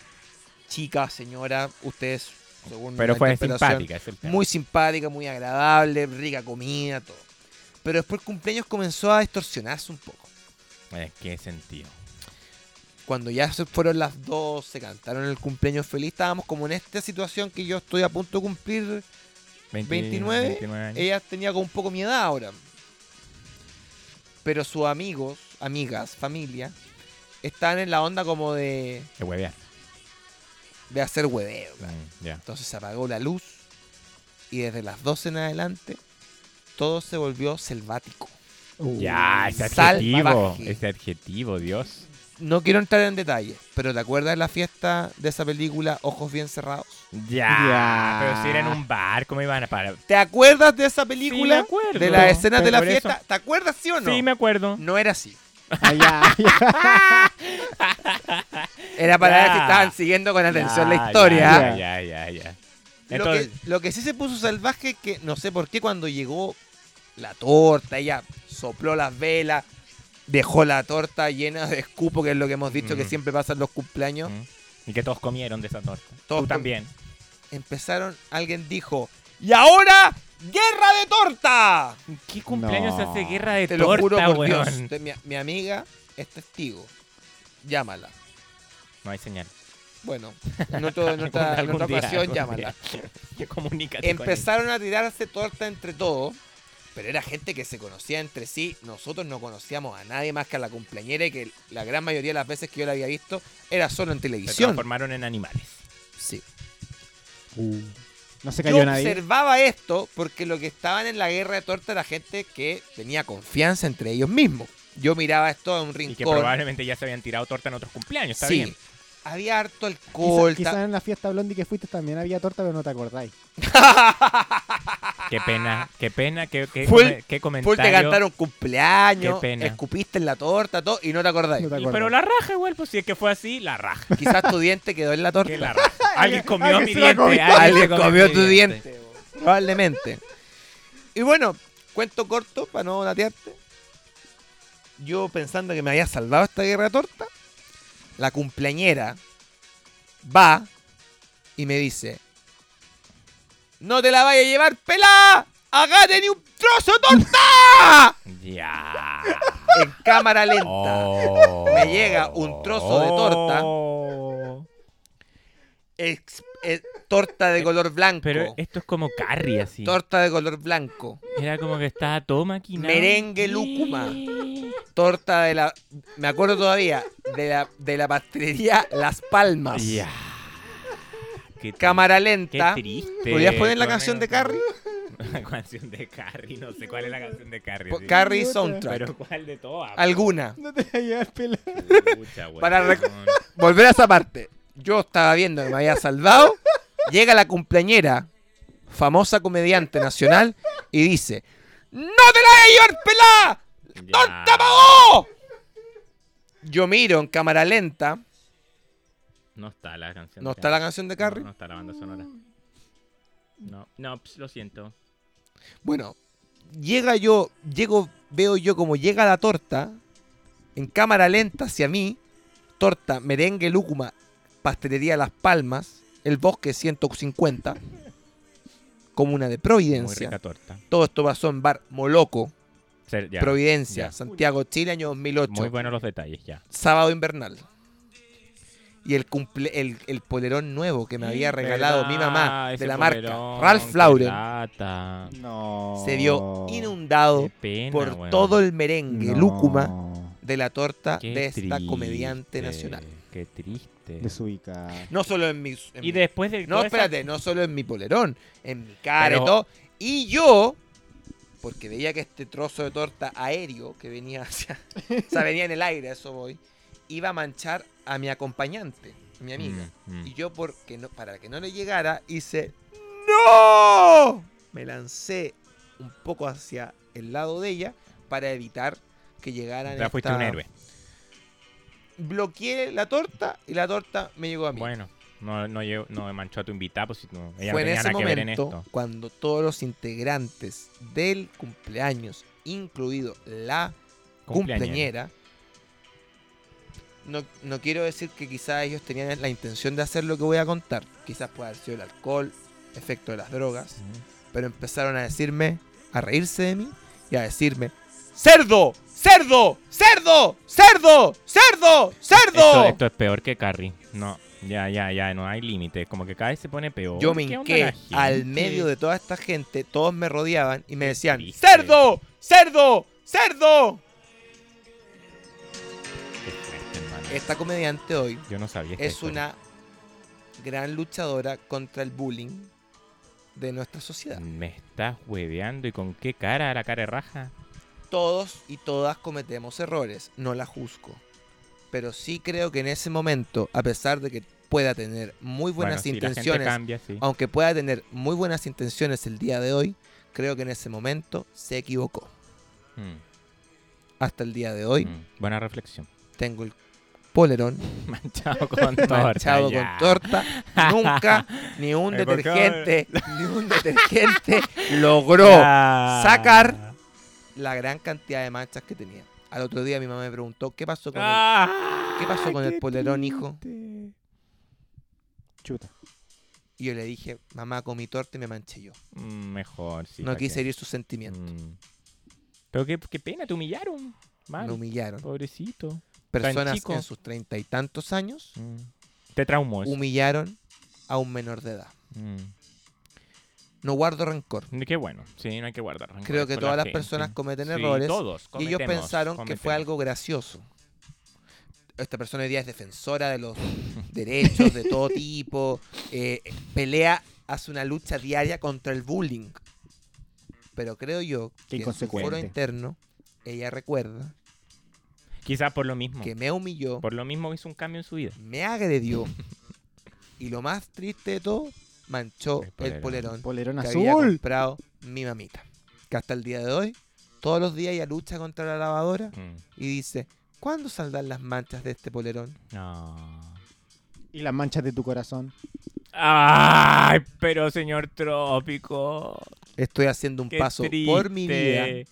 S5: chica, señora, ustedes, según
S4: Pero
S5: la
S4: fue
S5: interpretación,
S4: simpática, es el tema.
S5: Muy simpática, muy agradable, rica comida, todo. Pero después el cumpleaños comenzó a distorsionarse un poco.
S4: Eh, ¿Qué sentido?
S5: cuando ya se fueron las 12, cantaron el cumpleaños feliz, estábamos como en esta situación que yo estoy a punto de cumplir. 29,
S4: 29 años.
S5: Ella tenía como un poco mi edad ahora. Pero sus amigos, amigas, familia, estaban en la onda como de,
S4: Te huevea.
S5: de hacer hueveo.
S4: Mm, ya.
S5: Entonces se apagó la luz y desde las 12 en adelante todo se volvió selvático.
S6: Uh,
S4: Ya, ese
S5: Salvaje.
S4: adjetivo. Ese adjetivo, Dios.
S5: no quiero entrar en detalles, pero ¿te acuerdas de la fiesta de esa película Ojos Bien Cerrados?
S4: Ya. Pero si era en un bar, ¿cómo iban a parar?
S5: ¿Te acuerdas de esa
S4: me
S5: película?
S4: acuerdo.
S5: de las escenas de la
S4: Pero por eso-
S5: fiesta. ¿Te acuerdas sí o no?
S4: Sí, me acuerdo.
S5: No era así.
S6: Allá, allá.
S5: Era para ver
S4: Ya.
S5: si estaban siguiendo con atención
S4: Ya,
S5: la historia. ¿ah?
S4: Ya, ya, ya,
S5: Lo,
S4: ya.
S5: que,
S4: Entonces,
S5: lo que sí se puso salvaje es que no sé por qué cuando llegó la torta, ella sopló las velas, dejó la torta llena de escupo, que es lo que hemos dicho que
S4: Mm.
S5: siempre pasa en los cumpleaños.
S4: y que todos comieron de esa torta.
S5: Todos
S4: Tú
S5: com-
S4: también. Mm.
S5: Empezaron, alguien dijo, ¡y ahora guerra de torta!
S4: ¿Qué cumpleaños
S6: No.
S4: hace guerra de
S5: Te lo
S4: torta,
S5: juro por
S4: weón?
S5: Dios. Te- Mi, mi amiga es testigo. Llámala.
S4: No hay
S5: [laughs]
S4: señal. [laughs]
S5: Bueno, en, otro- en otra, en
S4: Algún
S5: otra
S4: día,
S5: ocasión
S4: algún [laughs]
S5: llámala.
S4: día. Comunícate
S5: Empezaron a tirarse torta entre todos, pero era gente que se conocía entre sí. Nosotros no conocíamos a nadie más que a la cumpleañera y que la gran mayoría de las veces que yo la había visto era solo en
S4: con ellos. Se
S5: televisión.
S4: transformaron en animales.
S5: Sí.
S6: Uh. No se
S5: Yo
S6: cayó nadie.
S5: observaba esto porque lo que estaban en la guerra de torta era gente que tenía confianza entre ellos mismos. Yo miraba esto en un
S4: Y que
S5: rincón.
S4: probablemente ya se habían tirado torta en otros cumpleaños, está
S5: Sí,
S4: bien.
S5: había harto alcohol.
S6: Quizás
S5: ta-
S6: en la fiesta blondie que fuiste también había torta, pero no te acordáis.
S4: Qué pena, qué pena, qué, qué,
S5: Full-
S4: come-
S5: Full te
S4: qué comentario.
S5: cantaron cumpleaños,
S4: Qué pena.
S5: escupiste en la torta, todo, y no te acordáis.
S6: No te
S4: Y-
S6: acordáis.
S4: pero la raja igual, pues si es que fue así, la raja.
S5: Quizás tu diente quedó en la
S4: ¿Qué
S5: torta. [laughs]
S4: la raja? Alguien comió
S6: alguien
S4: mi
S6: se la
S4: diente.
S6: comió.
S4: se
S5: Alguien comió
S4: mi
S5: tu diente, probablemente. Y bueno, cuento corto para no datearte. Yo pensando que me había salvado esta guerra de torta, la cumpleañera va y me dice: ¡No te la vayas a llevar pelada! ¡Agárrate ni un trozo de
S4: [laughs]
S5: torta!
S4: Ya.
S5: en cámara lenta.
S4: Oh.
S5: Me llega un trozo de torta.
S4: Oh.
S5: Ex- eh, torta de color blanco.
S4: Pero esto es como curry así.
S5: Torta de color blanco.
S4: Era como que estaba todo maquinado.
S5: Merengue, lúcuma. Torta de la. Me acuerdo todavía. De la, de la pastelería Las Palmas.
S4: Ya. Qué tri-
S5: Cámara
S4: Qué
S5: lenta.
S4: triste.
S5: ¿Podrías poner la
S4: Con
S5: canción de
S4: el-
S5: Carrie?
S4: La canción de Carrie, no sé cuál es la canción de Carrie.
S5: Po-
S4: sí.
S5: Pues Carrie Soundtrack.
S4: Pero cuál de todas.
S5: Alguna.
S6: [laughs] No te cayó el pelo.
S4: Pucha,
S5: [laughs]
S4: weón.
S5: Para rec- Volver a esa parte. Yo estaba viendo que me había salvado. Llega la cumpleañera, famosa comediante nacional, y dice: ¡No te la voy a llevar pelada!
S4: Ya.
S5: ¡Torta pagó! Yo miro en cámara lenta.
S4: No está la canción.
S5: ¿No
S4: de
S5: está la
S4: Carrie.
S5: canción de
S4: No,
S5: Carrie?
S4: No, está la banda sonora. No, no, ps, lo siento.
S5: Bueno, llega yo, llego, veo yo como llega la torta en cámara lenta hacia mí. Torta, merengue, lúcuma, pastelería Las Palmas, el bosque 150, comuna de
S4: Muy rica
S5: Providencia.
S4: torta.
S5: Todo esto pasó en Bar Moloco,
S4: Se- ya,
S5: Providencia,
S4: ya.
S5: Santiago, Chile, año 2008,
S4: Muy buenos los detalles, ya.
S5: sábado invernal. Y el, cumple, el, el polerón nuevo que me había regalado mi mamá
S4: Verdad,
S5: de
S4: ese
S5: la marca
S4: polerón,
S5: Ralph
S4: qué Oh.
S5: Lauren
S4: lata.
S6: No.
S5: se vio inundado
S4: Qué pena,
S5: por
S4: weón.
S5: todo el merengue,
S6: No.
S5: lúcuma de la torta
S4: Qué
S5: de esta
S4: triste,
S5: comediante nacional.
S4: Qué triste.
S6: Desubicada.
S5: No solo en mi. en
S4: Y
S5: mi-
S4: después de.
S5: no,
S4: toda esa-
S5: espérate, no solo en mi polerón, en mi cara
S4: Pero-
S5: y todo. Y yo, porque veía que este trozo de torta aéreo que venía [laughs] hacia. o sea, venía en el aire, a eso voy. Iba a manchar a mi acompañante, a mi amiga.
S4: Mm, mm.
S5: Y yo, porque no, para que no le llegara, hice ¡No! Me lancé un poco hacia el lado de ella para evitar que llegaran.
S4: Ya fuiste
S5: esta-
S4: un héroe.
S5: Bloqueé la torta y la torta me llegó a mí.
S4: Bueno, no, no, llevo- no manchó a tu invitado, pues si no, ella
S5: Fue
S4: no
S5: en
S4: tenía
S5: ese
S4: nada que ver en
S5: momento
S4: esto.
S5: cuando todos los integrantes del cumpleaños, incluido la cumpleañera. No, no quiero decir que quizás ellos tenían la intención de hacer lo que voy a contar. Quizás puede haber sido el alcohol, efecto de las drogas. Pero empezaron a decirme, a reírse de mí y a decirme: ¡Cerdo! ¡Cerdo! ¡Cerdo! ¡Cerdo! ¡Cerdo!
S4: Esto,
S5: ¡Cerdo!
S4: esto es peor que Carrie. No, ya, ya, ya, no hay límite. Como que cada vez se pone peor.
S5: Yo me
S4: ¿Qué onda
S5: hinqué
S4: la gente?
S5: al medio de toda esta gente, todos me rodeaban y me decían:
S4: triste.
S5: ¡Cerdo! ¡Cerdo! ¡Cerdo!
S4: Qué fuerte, hermano.
S5: Esta comediante hoy
S4: Yo no sabía. esta
S5: es
S4: historia.
S5: una gran luchadora contra el bullying de nuestra sociedad.
S4: Me estás hueveando y con qué cara la cara de raja.
S5: Todos y todas cometemos errores, no la juzgo. pero sí creo que en ese momento, a pesar de que pueda tener muy buenas
S4: Bueno, sí, la gente
S5: intenciones, Oh,
S4: cambia, sí.
S5: aunque pueda tener muy buenas intenciones el día de hoy, creo que en ese momento se equivocó.
S4: Mm,
S5: Hasta el día de hoy
S4: mm.
S5: [laughs]
S4: Buena reflexión.
S5: tengo el polerón
S4: Manchado con [laughs] torta.
S5: manchado
S4: ya.
S5: con torta.
S4: [laughs]
S5: Nunca ni un
S4: Eh, ¿por qué?
S5: detergente, [laughs] ni
S4: [laughs]
S5: un detergente logró
S4: Ya.
S5: sacar la gran cantidad de manchas que tenía. Al otro día mi mamá me preguntó, ¿qué pasó con el
S4: Ah,
S5: ¿Qué pasó con el polerón, hijo?
S4: triste.
S6: Chuta.
S5: Y yo le dije, mamá, con mi torta y me manché yo.
S4: Mm, Mejor, sí.
S5: no
S4: ¿pa'
S5: quise
S4: qué?
S5: herir sus sentimientos.
S4: Mm. Pero qué, qué pena, te humillaron. Mal,
S5: Lo humillaron.
S4: pobrecito.
S5: Personas
S4: chico.
S5: en sus treinta y tantos años
S4: Mm. Te traumó eso.
S5: humillaron a un menor de edad.
S4: Mm.
S5: No guardo rencor.
S4: Qué bueno. Sí, no hay que guardar. rencor
S5: Creo que
S4: con
S5: todas
S4: la
S5: las personas
S4: gente.
S5: cometen
S4: Sí,
S5: errores.
S4: todos
S5: Y ellos
S4: cometemos,
S5: pensaron que fue
S4: cometemos.
S5: algo gracioso. Esta persona hoy día es defensora de los [laughs] derechos de todo tipo, eh, pelea, hace una lucha diaria contra el bullying. Pero creo yo que en su foro
S6: inconsecuente.
S5: interno ella recuerda
S4: Quizás por lo mismo.
S5: que me humilló,
S4: Por lo mismo hizo un cambio en su vida.
S5: me agredió y lo más triste de todo, manchó
S4: El
S5: el
S4: polerón.
S5: polerón
S6: Polerón
S5: que había
S6: azul.
S5: comprado mi mamita. Que hasta el día de hoy, todos los días ella lucha contra la lavadora
S4: Mm.
S5: y dice, ¿cuándo saldrán las manchas de este polerón?
S4: No.
S6: Y las manchas de tu corazón.
S4: Ay, pero señor Trópico.
S5: Estoy haciendo un
S4: Qué
S5: paso por mi vida
S4: triste.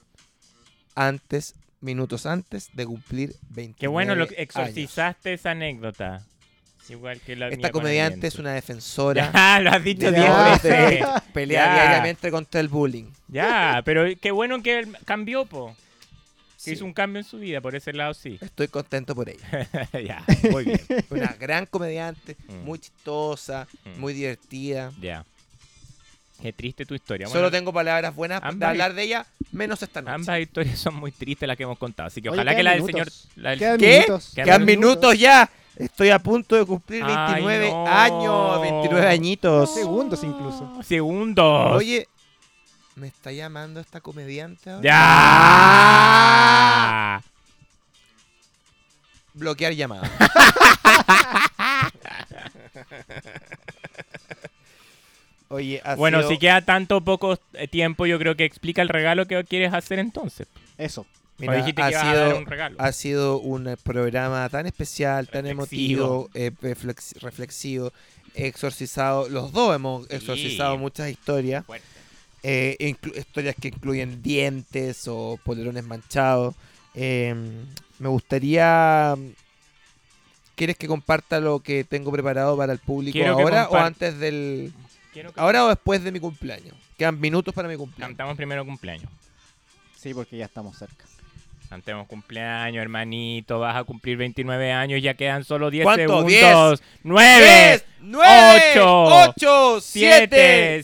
S5: antes, minutos antes de cumplir 20
S4: Qué bueno lo que exorcizaste esa anécdota. Igual que la mía
S5: Esta
S4: con el
S5: comediante
S4: viento.
S5: es una defensora.
S4: [laughs] Ya, lo has dicho
S5: De
S4: diez
S6: Ya.
S5: los [laughs]
S4: veces.
S5: derechos, pelea
S4: Ya.
S5: diariamente contra el bullying.
S4: Ya, pero qué bueno que él cambió, po. Que
S5: Sí,
S4: hizo un cambio en su vida, por ese lado sí.
S5: Estoy contento por ella.
S4: [laughs] ya, muy bien.
S6: [laughs]
S5: Una gran comediante,
S4: Mm.
S5: muy chistosa,
S4: Mm.
S5: muy divertida.
S4: Ya. Qué triste tu historia.
S5: Solo
S4: Bueno,
S5: tengo palabras buenas para
S4: ambas-
S5: hablar de ella, menos esta noche.
S4: Ambas historias son muy tristes las que hemos contado, así que
S6: Oye,
S4: ojalá que
S6: quedan
S4: la del señor...
S6: minutos.
S4: la del-
S6: Quedan
S5: ¿Qué?
S6: minutos.
S4: Quedan
S5: Quedan minutos ya. Estoy a punto de cumplir
S4: Ay,
S5: 29
S4: no.
S5: años, 29 añitos.
S6: Segundos incluso.
S4: Segundos.
S5: Oye, me está llamando esta comediante ahora. Ah.
S4: Ya.
S5: Bloquear
S4: [laughs]
S5: llamada. Oye, ha
S4: Bueno,
S5: sido-
S4: si queda tanto poco eh, tiempo, yo creo que explica el regalo que quieres hacer entonces.
S6: Eso.
S5: mira,
S4: o dijiste
S5: ha
S4: que ibas a
S5: sido-
S4: dar un regalo.
S5: ha sido un eh, programa tan especial, tan
S4: Reflexivo.
S5: emotivo, eh, reflex- reflexivo, exorcizado. Los dos hemos
S4: Sí.
S5: exorcizado muchas historias.
S4: Fuerte.
S5: eh, inclu- historias que incluyen dientes o polerones manchados. Eh, me gustaría. ¿Quieres que comparta lo que tengo preparado para el público
S4: Quiero que
S5: ahora o
S4: compar-
S5: antes del.
S4: Quiero que
S5: Ahora o después de mi cumpleaños? Quedan minutos para mi cumpleaños.
S4: cantamos primero cumpleaños.
S6: Sí, porque ya estamos cerca.
S4: Cantemos cumpleaños, hermanito. Vas a cumplir 29 años. Ya quedan solo 10
S5: ¿Cuánto?
S4: segundos. 9,
S5: 10, 9,
S4: ocho,
S5: 8,
S4: 7,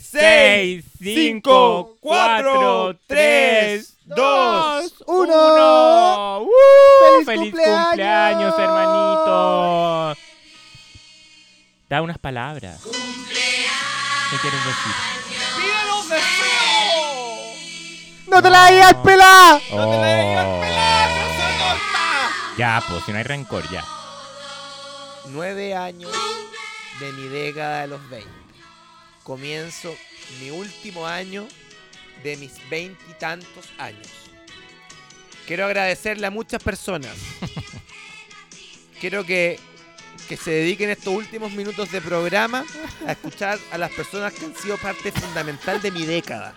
S5: 7, 6,
S4: 6, 5, 4, 3, 2, 1.
S6: uno.
S5: ¡Uh!
S4: ¡Feliz,
S6: ¡Feliz
S4: cumpleaños!
S6: cumpleaños!
S4: hermanito! Da unas palabras. ¿Qué quieres decir?
S6: ¡No te la hayas pelada!
S4: Oh. Ya, pues, si no hay rencor, ya.
S5: 9 años de mi década de los 20. Comienzo mi último año de mis veintitantos años. Quiero agradecerle a muchas
S4: [laughs]
S5: personas. Quiero que, que se dediquen estos últimos minutos de programa a escuchar a las personas que han sido parte fundamental de mi década.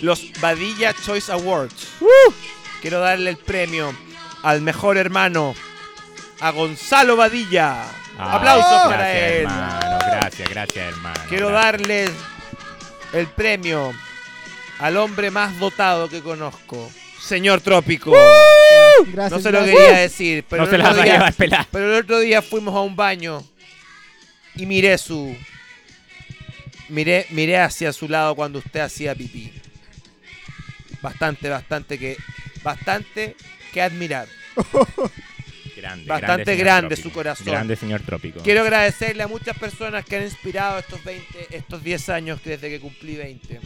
S5: Los Badilla Choice Awards. Quiero darle el premio al mejor hermano, a Gonzalo Badilla.
S4: Ah,
S5: Aplausos
S4: gracias,
S5: para él.
S4: Hermano. Gracias, gracias, hermano.
S5: Quiero
S4: gracias.
S5: darles el premio al hombre más dotado que conozco, señor Trópico.
S6: Gracias.
S5: No se lo
S6: gracias.
S5: quería eh. decir, pero,
S4: No se
S5: el
S4: las
S5: otro
S4: va a
S5: día,
S4: llevar pelada.
S5: pero el otro día fuimos a un baño y miré su. Miré, miré hacia su lado cuando usted hacía pipí. Bastante, bastante que. Bastante que admirar.
S4: Grande,
S5: Bastante
S4: señor
S5: grande
S4: Trópico.
S5: su corazón.
S4: Grande, señor Trópico.
S5: Quiero agradecerle a muchas personas que han inspirado estos 20, estos 10 años que desde que cumplí 20.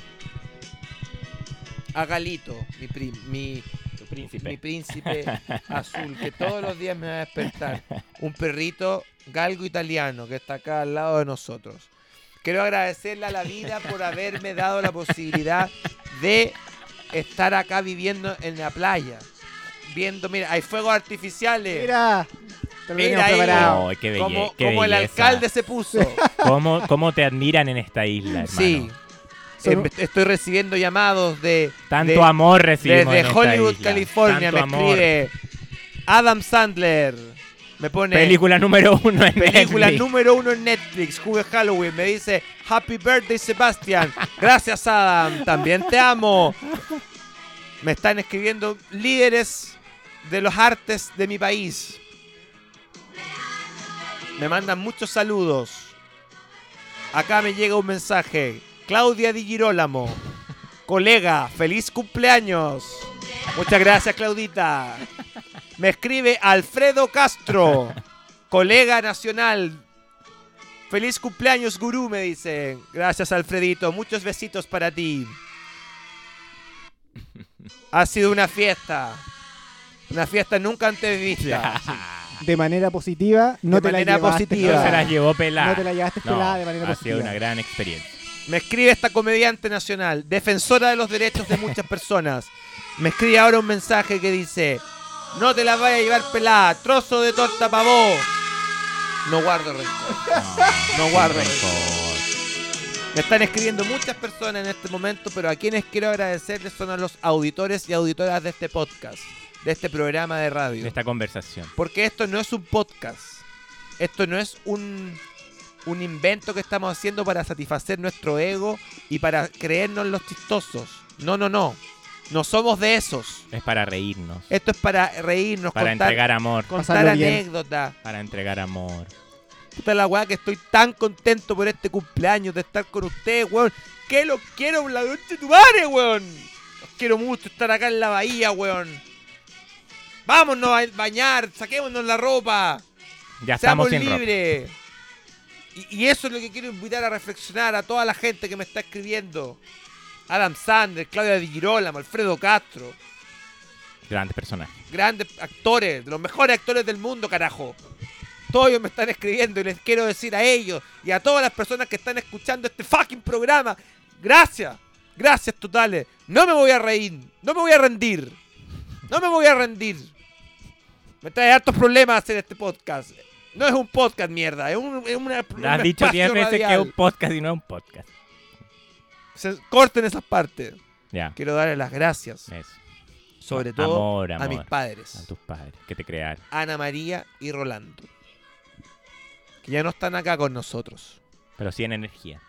S5: A Galito, mi, prim- mi
S4: príncipe.
S5: mi príncipe azul que todos los días me va a despertar. Un perrito galgo italiano que está acá al lado de nosotros. Quiero agradecerle a la vida por haberme dado la posibilidad de estar acá viviendo en la playa. Viendo, mira, hay fuegos artificiales.
S6: Mira, te lo
S5: Mira
S6: teníamos
S5: ahí.
S6: preparado.
S4: Ay, Oh, qué belle-
S5: como
S4: qué
S5: como el
S4: belleza.
S5: alcalde se
S4: [laughs]
S5: puso.
S4: ¿Cómo, cómo te admiran en esta isla, hermano?
S5: Sí.
S6: Son
S5: Em-
S6: un-
S5: Estoy recibiendo llamados de,
S4: Tanto
S5: de-
S4: amor recibimos en
S5: desde
S4: esta
S5: Hollywood,
S4: isla.
S5: California.
S4: Tanto
S5: me
S4: amor.
S5: escribe Adam Sandler. Me pone
S4: Película número uno en
S5: Película
S4: Netflix.
S5: número uno en Netflix, Juve Halloween. Me dice Happy Birthday, Sebastian. Gracias, Adam. También te amo. Me están escribiendo líderes de los artes de mi país. Me mandan muchos saludos. Acá me llega un mensaje. Claudia Di Girolamo. Colega, feliz cumpleaños. Muchas gracias, Claudita. Me escribe Alfredo Castro, colega nacional. Feliz cumpleaños, gurú, me dice. Gracias, Alfredito. Muchos besitos para ti. Ha sido una fiesta. Una fiesta nunca antes [laughs] vista.
S6: De manera positiva, no
S5: De
S6: te
S5: manera
S6: la llevaste.
S5: positiva.
S4: No se las llevó
S6: No
S4: pelada.
S6: te la llevaste
S4: No,
S6: pelada de manera
S4: ha sido
S6: positiva.
S4: una gran experiencia.
S5: Me escribe esta comediante nacional, defensora de los derechos de muchas personas. Me escribe ahora un mensaje que dice: No te la vayas a llevar pelada, trozo de torta para vos. No guardo rencor. No guardo rencor. Me están escribiendo muchas personas en este momento, pero a quienes quiero agradecerles son a los auditores y auditoras de este podcast, de este programa de
S4: De
S5: radio.
S4: esta conversación.
S5: Porque esto no es un podcast. Esto no es un, un invento que estamos haciendo para satisfacer nuestro ego y para creernos los chistosos. No, no, no. No somos de esos.
S4: Es para reírnos.
S5: Esto es para reírnos,
S4: Para
S5: contar,
S4: entregar amor.
S5: contar
S6: Pasarlo bien.
S5: anécdotas.
S4: Para entregar amor.
S5: Puta la weá que estoy tan contento por este cumpleaños de estar con ustedes, weón. Que los quiero, la noche tu madre, weón. Los quiero mucho estar acá en la bahía, weón. Vámonos a bañar, saquémonos la ropa.
S4: Ya estamos
S5: Seamos
S4: sin ropa.
S5: libres. Y, y eso es lo que quiero invitar a reflexionar a toda la gente que me está escribiendo. Adam Sanders, Claudia Di Girolamo, Alfredo Castro.
S4: Grandes personajes.
S5: Grandes actores, de los mejores actores del mundo, carajo. Todos ellos me están escribiendo y les quiero decir a ellos y a todas las personas que están escuchando este fucking programa. Gracias. Gracias totales. No me voy a reír. No me voy a rendir. No me voy a rendir. Me trae hartos problemas hacer este podcast. No es un podcast, mierda. Es, un, es una, un
S4: Has dicho
S5: espacio
S4: 10 veces que es
S5: radial.
S4: un podcast y no es un podcast.
S5: Se- corten esas partes.
S4: Ya.
S5: Quiero darle las gracias.
S4: Eso.
S5: Sobre todo
S4: Amor,
S5: a mis
S4: amor.
S5: padres.
S4: A tus padres que te crearon.
S5: Ana María y Rolando. Que ya no están acá con nosotros.
S4: Pero sí en energía.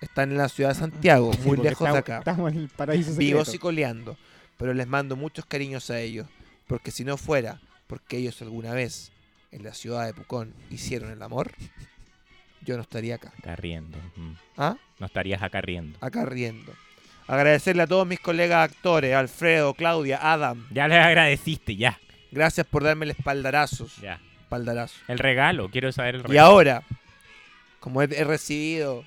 S5: Están en la ciudad de Santiago, muy
S6: porque
S5: lejos de
S6: estamos-
S5: acá.
S6: Estamos en el paraíso secreto.
S5: Vivos y coleando. Pero les mando muchos cariños a ellos. Porque si no fuera porque ellos alguna vez en la ciudad de Pucón hicieron el amor, yo no estaría acá.
S4: Acá riendo. Mm.
S5: ¿Ah?
S4: No estarías acá riendo.
S5: Acá riendo. Agradecerle a todos mis colegas actores, Alfredo, Claudia, Adam.
S4: Ya les agradeciste, ya.
S5: Gracias por darme el espaldarazo.
S4: Ya.
S5: Espaldarazo.
S4: El regalo. Quiero saber el
S5: Y
S4: regalo.
S5: ahora, como he, he recibido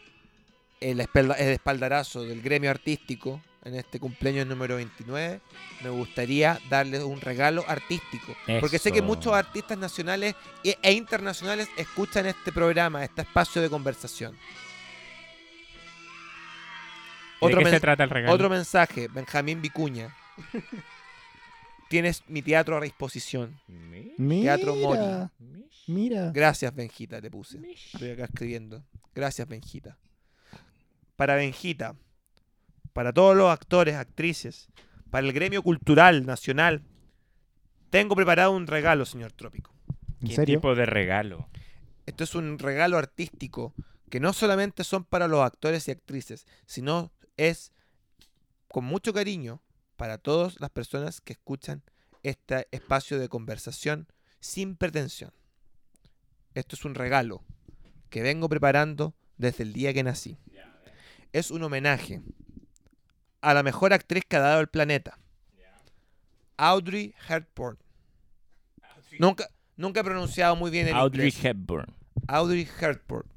S5: el, espelda- el espaldarazo del gremio artístico en este cumpleaños número 29, me gustaría darles un regalo artístico. Porque sé que
S4: Eso.
S5: muchos artistas nacionales e, e internacionales escuchan este programa, este espacio de conversación.
S4: ¿De
S5: Otro
S4: qué se
S5: men-
S4: trata el regalo?
S5: otro mensaje, Benjamín
S4: [laughs]
S5: Vicuña. Tienes mi teatro a disposición.
S4: Mira,
S6: Mira,
S5: Teatro Mori.
S6: mira.
S5: Gracias, Benjita, le puse. Estoy acá escribiendo. Gracias, Benjita. Para Benjita, para todos los actores, actrices, para el gremio cultural nacional, tengo preparado un regalo, señor Trópico.
S6: ¿En
S4: ¿Qué
S6: serio?
S4: tipo de regalo?
S5: Esto es un regalo artístico que no solamente son para los actores y actrices, sino es con mucho cariño para todas las personas que escuchan este espacio de conversación sin pretensión. Esto es un regalo que vengo preparando desde el día que nací. Es un homenaje a la mejor actriz que ha dado el planeta, Audrey Hepburn. Nunca, nunca he pronunciado muy bien el
S4: Audrey
S5: inglés.
S4: Hepburn.
S5: Audrey Hepburn.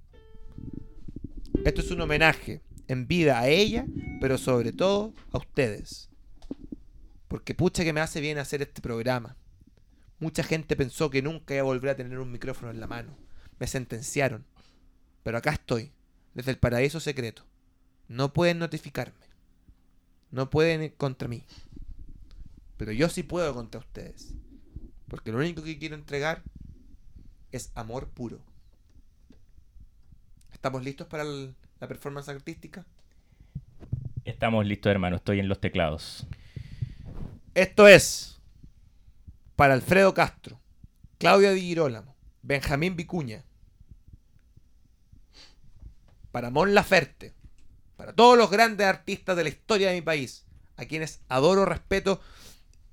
S5: Esto es un homenaje en vida a ella, pero sobre todo a ustedes. Porque pucha que me hace bien hacer este programa. Mucha gente pensó que nunca iba a volver a tener un micrófono en la mano. Me sentenciaron. Pero acá estoy, desde el paraíso secreto. No pueden notificarme. No pueden ir contra mí. Pero yo sí puedo contra ustedes. Porque lo único que quiero entregar es amor puro. ¿Estamos listos para el- la performance artística?
S4: Estamos listos, hermano. Estoy en los teclados. [laughs]
S5: Esto es para Alfredo Castro, Claudia Di Girolamo, Benjamín Vicuña, para Mon Laferte, para todos los grandes artistas de la historia de mi país, a quienes adoro, respeto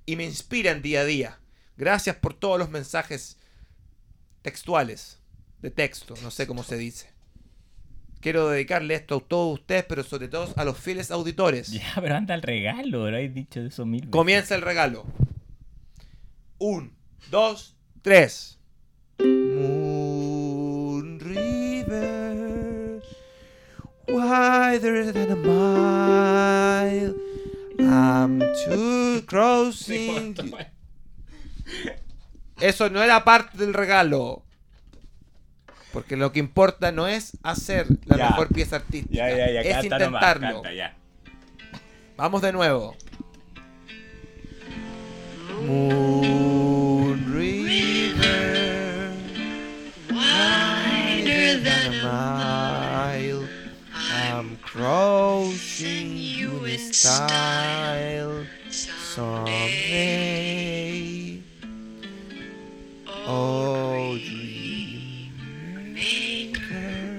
S5: y me inspiran día a día. Gracias por todos los mensajes textuales, de texto, no sé cómo se dice. Quiero dedicarle esto a todos ustedes, pero sobre todo a los fieles auditores.
S4: Ya, pero anda el regalo. Lo habéis dicho eso mil veces.
S5: Comienza el regalo. Un, dos, tres. Moon River, wider than a mile. I'm too crossing. Eso no era parte del regalo. Porque lo que importa no es hacer la
S4: Ya.
S5: mejor pieza artística,
S4: Ya, ya, ya.
S5: es
S4: canta nomás,
S5: intentarlo.
S4: canta, ya.
S5: Vamos de nuevo. Moon River, wider than a mile. I'm crossing you in style someday. Oh, dream maker,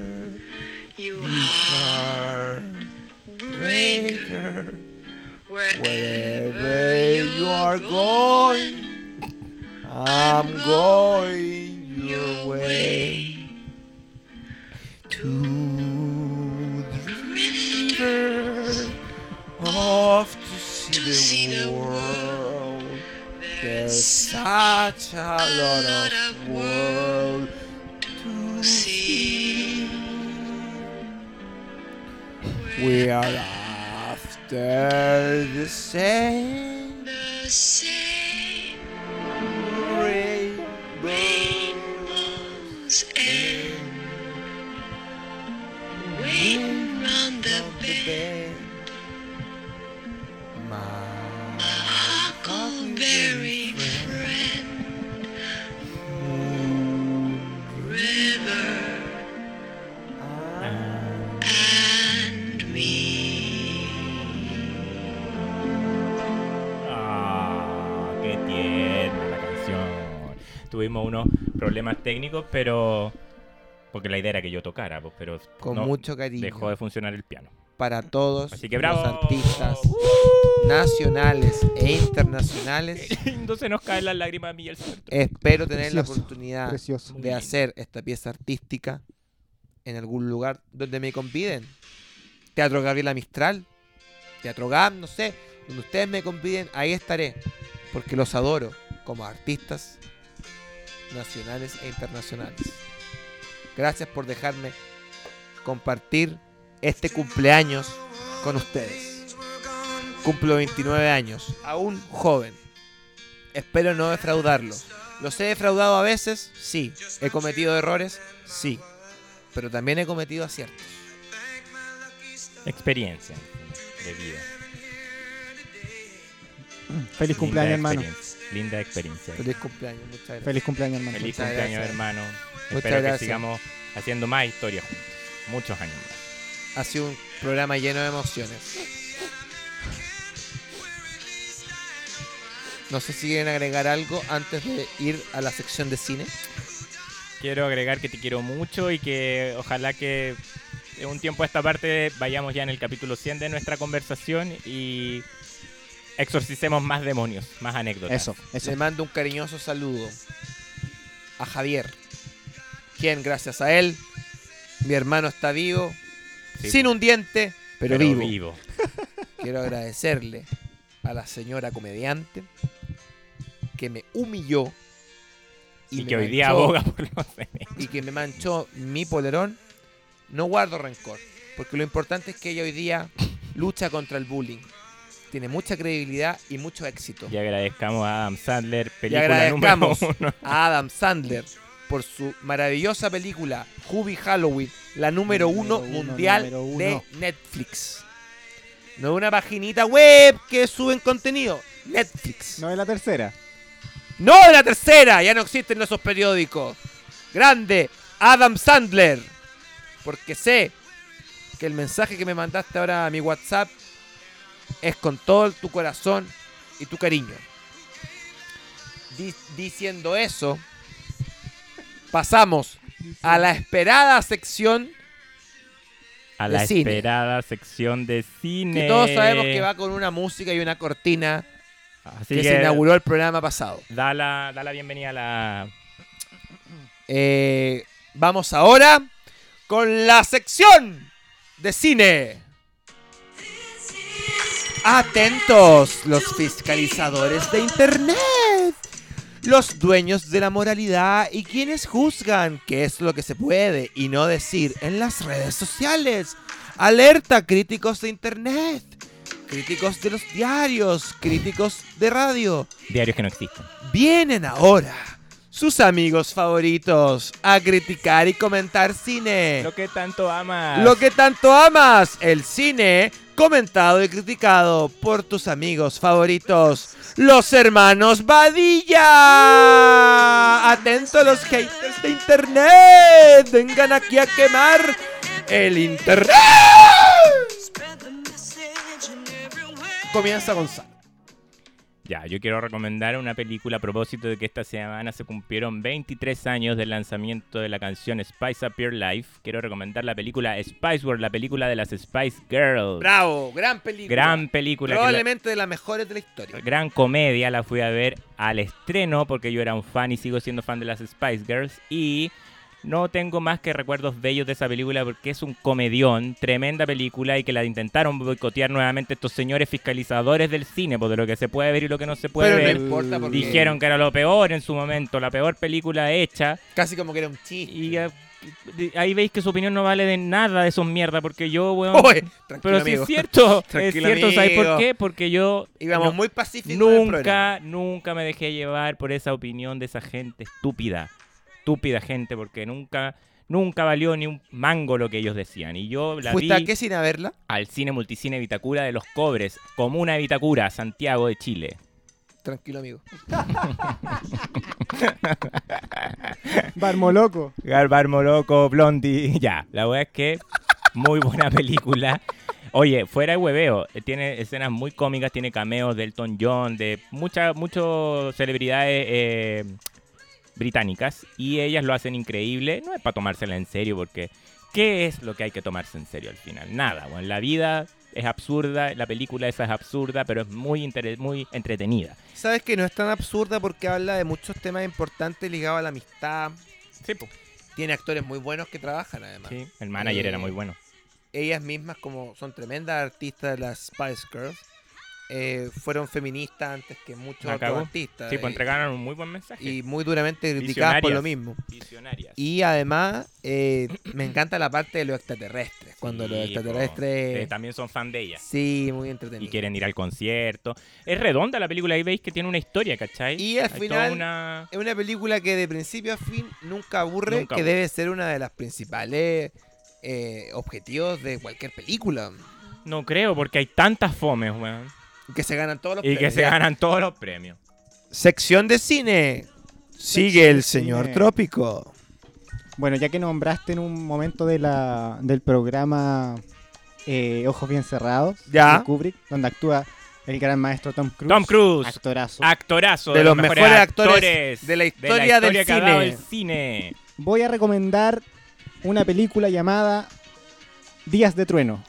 S5: you are breaker. Wherever you are going, I'm going your way to the river, off to see the world. There's such a lot of world to see. We are after the same, rainbows and wind round the bend. My huckleberry friend, Moon River, and me.
S4: Ah, qué tierna la canción. Tuvimos unos problemas técnicos, pero. Porque la idea era que yo tocara, pues, pero.
S5: Con
S4: no,
S5: mucho cariño.
S4: Dejó de funcionar el piano.
S5: para todos
S4: Así que
S5: los
S4: bravo.
S5: artistas nacionales e internacionales.
S4: [laughs] Entonces nos caen las lágrimas a mí y el Alberto.
S5: Espero tener la
S6: Precioso,
S5: oportunidad
S6: Precioso.
S5: de hacer esta pieza artística en algún lugar donde me conviden. Teatro Gabriela Mistral, Teatro GAM, no sé, donde ustedes me conviden, ahí estaré, porque los adoro como artistas nacionales e internacionales. Gracias por dejarme compartir este cumpleaños con ustedes. Cumplo 29 años, aún joven. Espero no defraudarlos. ¿Los he defraudado a veces? Sí. ¿He cometido errores? Sí. Pero también he cometido aciertos.
S4: Experiencia de vida.
S6: Feliz cumpleaños,
S4: Linda
S6: hermano.
S4: experiencia, Linda experiencia.
S5: Feliz cumpleaños, muchas gracias.
S6: Feliz cumpleaños, hermano.
S4: Feliz
S5: Muchas
S4: cumpleaños,
S5: gracias.
S4: hermano.
S5: Muchas
S4: Espero
S5: gracias.
S4: que sigamos haciendo más historias juntos. Muchos años más.
S5: Ha sido un programa lleno de emociones. No sé si quieren agregar algo antes de ir a la sección de cine.
S4: Quiero agregar que te quiero mucho y que ojalá que de un tiempo a esta parte vayamos ya en el capítulo 100 de nuestra conversación y exorcicemos más demonios, más anécdotas.
S6: Eso, eso.
S5: Le mando un cariñoso saludo a Javier, quien gracias a él, mi hermano está vivo,
S4: Sí, pues.
S5: sin un diente, pero, vivo.
S4: vivo.
S5: Quiero agradecerle a la señora comediante que me humilló
S4: Y,
S5: me
S4: que hoy día
S5: manchó-
S4: aboga por los demonios.
S5: y que me manchó mi polerón, no guardo rencor. Porque lo importante es que ella hoy día lucha contra el bullying. tiene mucha credibilidad y mucho éxito.
S4: Y agradezcamos a Adam Sandler, película número
S5: agradezcamos. [laughs]
S4: uno.
S5: A Adam Sandler por su maravillosa película Hubby Halloween, la número,
S6: Número
S5: uno,
S6: uno,
S5: mundial
S6: número uno.
S5: de Netflix. No es una paginita web que suben contenido. Netflix.
S6: No es la tercera.
S5: No, la tercera. Ya no existen esos periódicos. Grande, Adam Sandler. Porque sé que el mensaje que me mandaste ahora a mi WhatsApp es con todo tu corazón y tu cariño. Di- diciendo eso, pasamos a la esperada sección
S4: A
S5: de
S4: la
S5: cine.
S4: esperada sección de cine.
S5: que todos sabemos que va con una música y una cortina
S4: Así
S5: que se inauguró el programa pasado.
S4: Da la, da la bienvenida a la.
S5: Eh, vamos ahora con la sección de cine. Atentos los fiscalizadores de Internet, los dueños de la moralidad y quienes juzgan qué es lo que se puede y no decir en las redes sociales. Alerta críticos de Internet, críticos de los diarios, críticos de radio
S4: Diarios que no existen.
S5: vienen ahora sus amigos favoritos a criticar y comentar cine.
S4: Lo que tanto ama.
S5: Eh. Lo que tanto amas, el cine comentado y criticado por tus amigos favoritos, los hermanos
S4: Uh.
S5: Badilla. Atentos los haters de internet, vengan aquí a quemar el internet. Comienza Gonzalo.
S4: Ya, yo quiero recomendar una película a propósito de que esta semana se cumplieron 23 años del lanzamiento de la canción Spice Up Your Life. Quiero recomendar la película Spice World, la película de las Spice Girls.
S5: Bravo, gran película.
S4: Gran película. que la-
S5: Probablemente de las mejores de la historia.
S4: gran comedia, la fui a ver al estreno porque yo era un fan y sigo siendo fan de las Spice Girls y no tengo más que recuerdos bellos de esa película porque es un comedión, tremenda película y que la intentaron boicotear nuevamente estos señores fiscalizadores del cine, por de lo que se puede ver y lo que no se puede
S5: Pero no
S4: ver.
S5: importa porque
S4: Dijeron que era lo peor en su momento, la peor película hecha.
S5: casi como que era un chiste.
S4: Y eh, ahí veis que su opinión no vale de nada de esos mierda, porque yo, weón.
S5: [laughs] Oye, tranquilo,
S4: pero sí
S5: amigo.
S4: es cierto, es
S5: Tranquilo,
S4: cierto, ¿sabes por
S5: amigo.
S4: qué? Porque yo
S5: Íbamos
S4: no-
S5: muy pacíficos. en el programa.
S4: Nunca, nunca me dejé llevar por esa opinión de esa gente estúpida. Estúpida gente, porque nunca, nunca valió ni un mango lo que ellos decían. Y yo la
S5: ¿Fuiste a
S4: vi
S5: qué sin haberla?
S4: al cine multicine Vitacura de los Cobres, Comuna de Vitacura, Santiago de Chile.
S5: Tranquilo, amigo.
S6: Barmoloco.
S4: Garbar Moloco, Blondie, [laughs] ya. La verdad es que muy buena película. Oye, fuera de hueveo, eh, tiene escenas muy cómicas, tiene cameos de Elton John, de muchas muchas celebridades eh, británicas y ellas lo hacen increíble. No es para tomársela en serio porque ¿qué es lo que hay que tomarse en serio al final? Nada, bueno, la vida es absurda, la película esa es absurda, pero es muy, inter- muy entretenida.
S5: Sabes que no es tan absurda porque habla de muchos temas importantes ligados a la amistad.
S4: Sí,
S5: Tiene actores muy buenos que trabajan, además.
S4: el manager
S5: Eh,
S4: era muy bueno.
S5: Ellas mismas, como son tremendas artistas de las Spice Girls, eh, fueron feministas antes que muchos
S4: La
S5: otros
S4: cagó.
S5: artistas.
S4: Sí, pues
S5: eh,
S4: entregaron un muy buen mensaje.
S5: y muy duramente criticadas por
S4: Visionarias.
S5: lo mismo.
S4: Visionarias.
S5: Y además, eh, me encanta la parte de los extraterrestres. cuando los
S4: Sí, po. Eh,
S5: extraterrestres.
S4: también son fan de ella.
S5: Sí, muy entretenido.
S4: Y quieren ir al concierto. Es redonda la película, ahí veis que tiene una historia, ¿cachai?
S5: Y al
S4: Hay toda
S5: final-
S4: una-
S5: Es una película que de principio a fin nunca aburre,
S4: Nunca
S5: que
S4: aburre.
S5: debe ser una de las principales eh, objetivos de cualquier película.
S4: No creo, porque hay tantas fomes, weón.
S5: Que se ganan todos los
S4: Y que
S5: premios.
S4: se ganan todos los premios.
S5: Sección de cine. Sigue el señor
S6: cine.
S5: Trópico.
S6: Bueno, ya que nombraste en un momento de la, del programa eh, Ojos Bien Cerrados
S5: Ya.
S6: de Kubrick, donde actúa el gran maestro Tom Cruise.
S4: Tom Cruise.
S6: Actorazo.
S4: Actorazo.
S5: De los mejores actores de la historia del
S4: que ha dado
S5: cine.
S4: el cine.
S6: Voy a recomendar una película llamada Días de Trueno.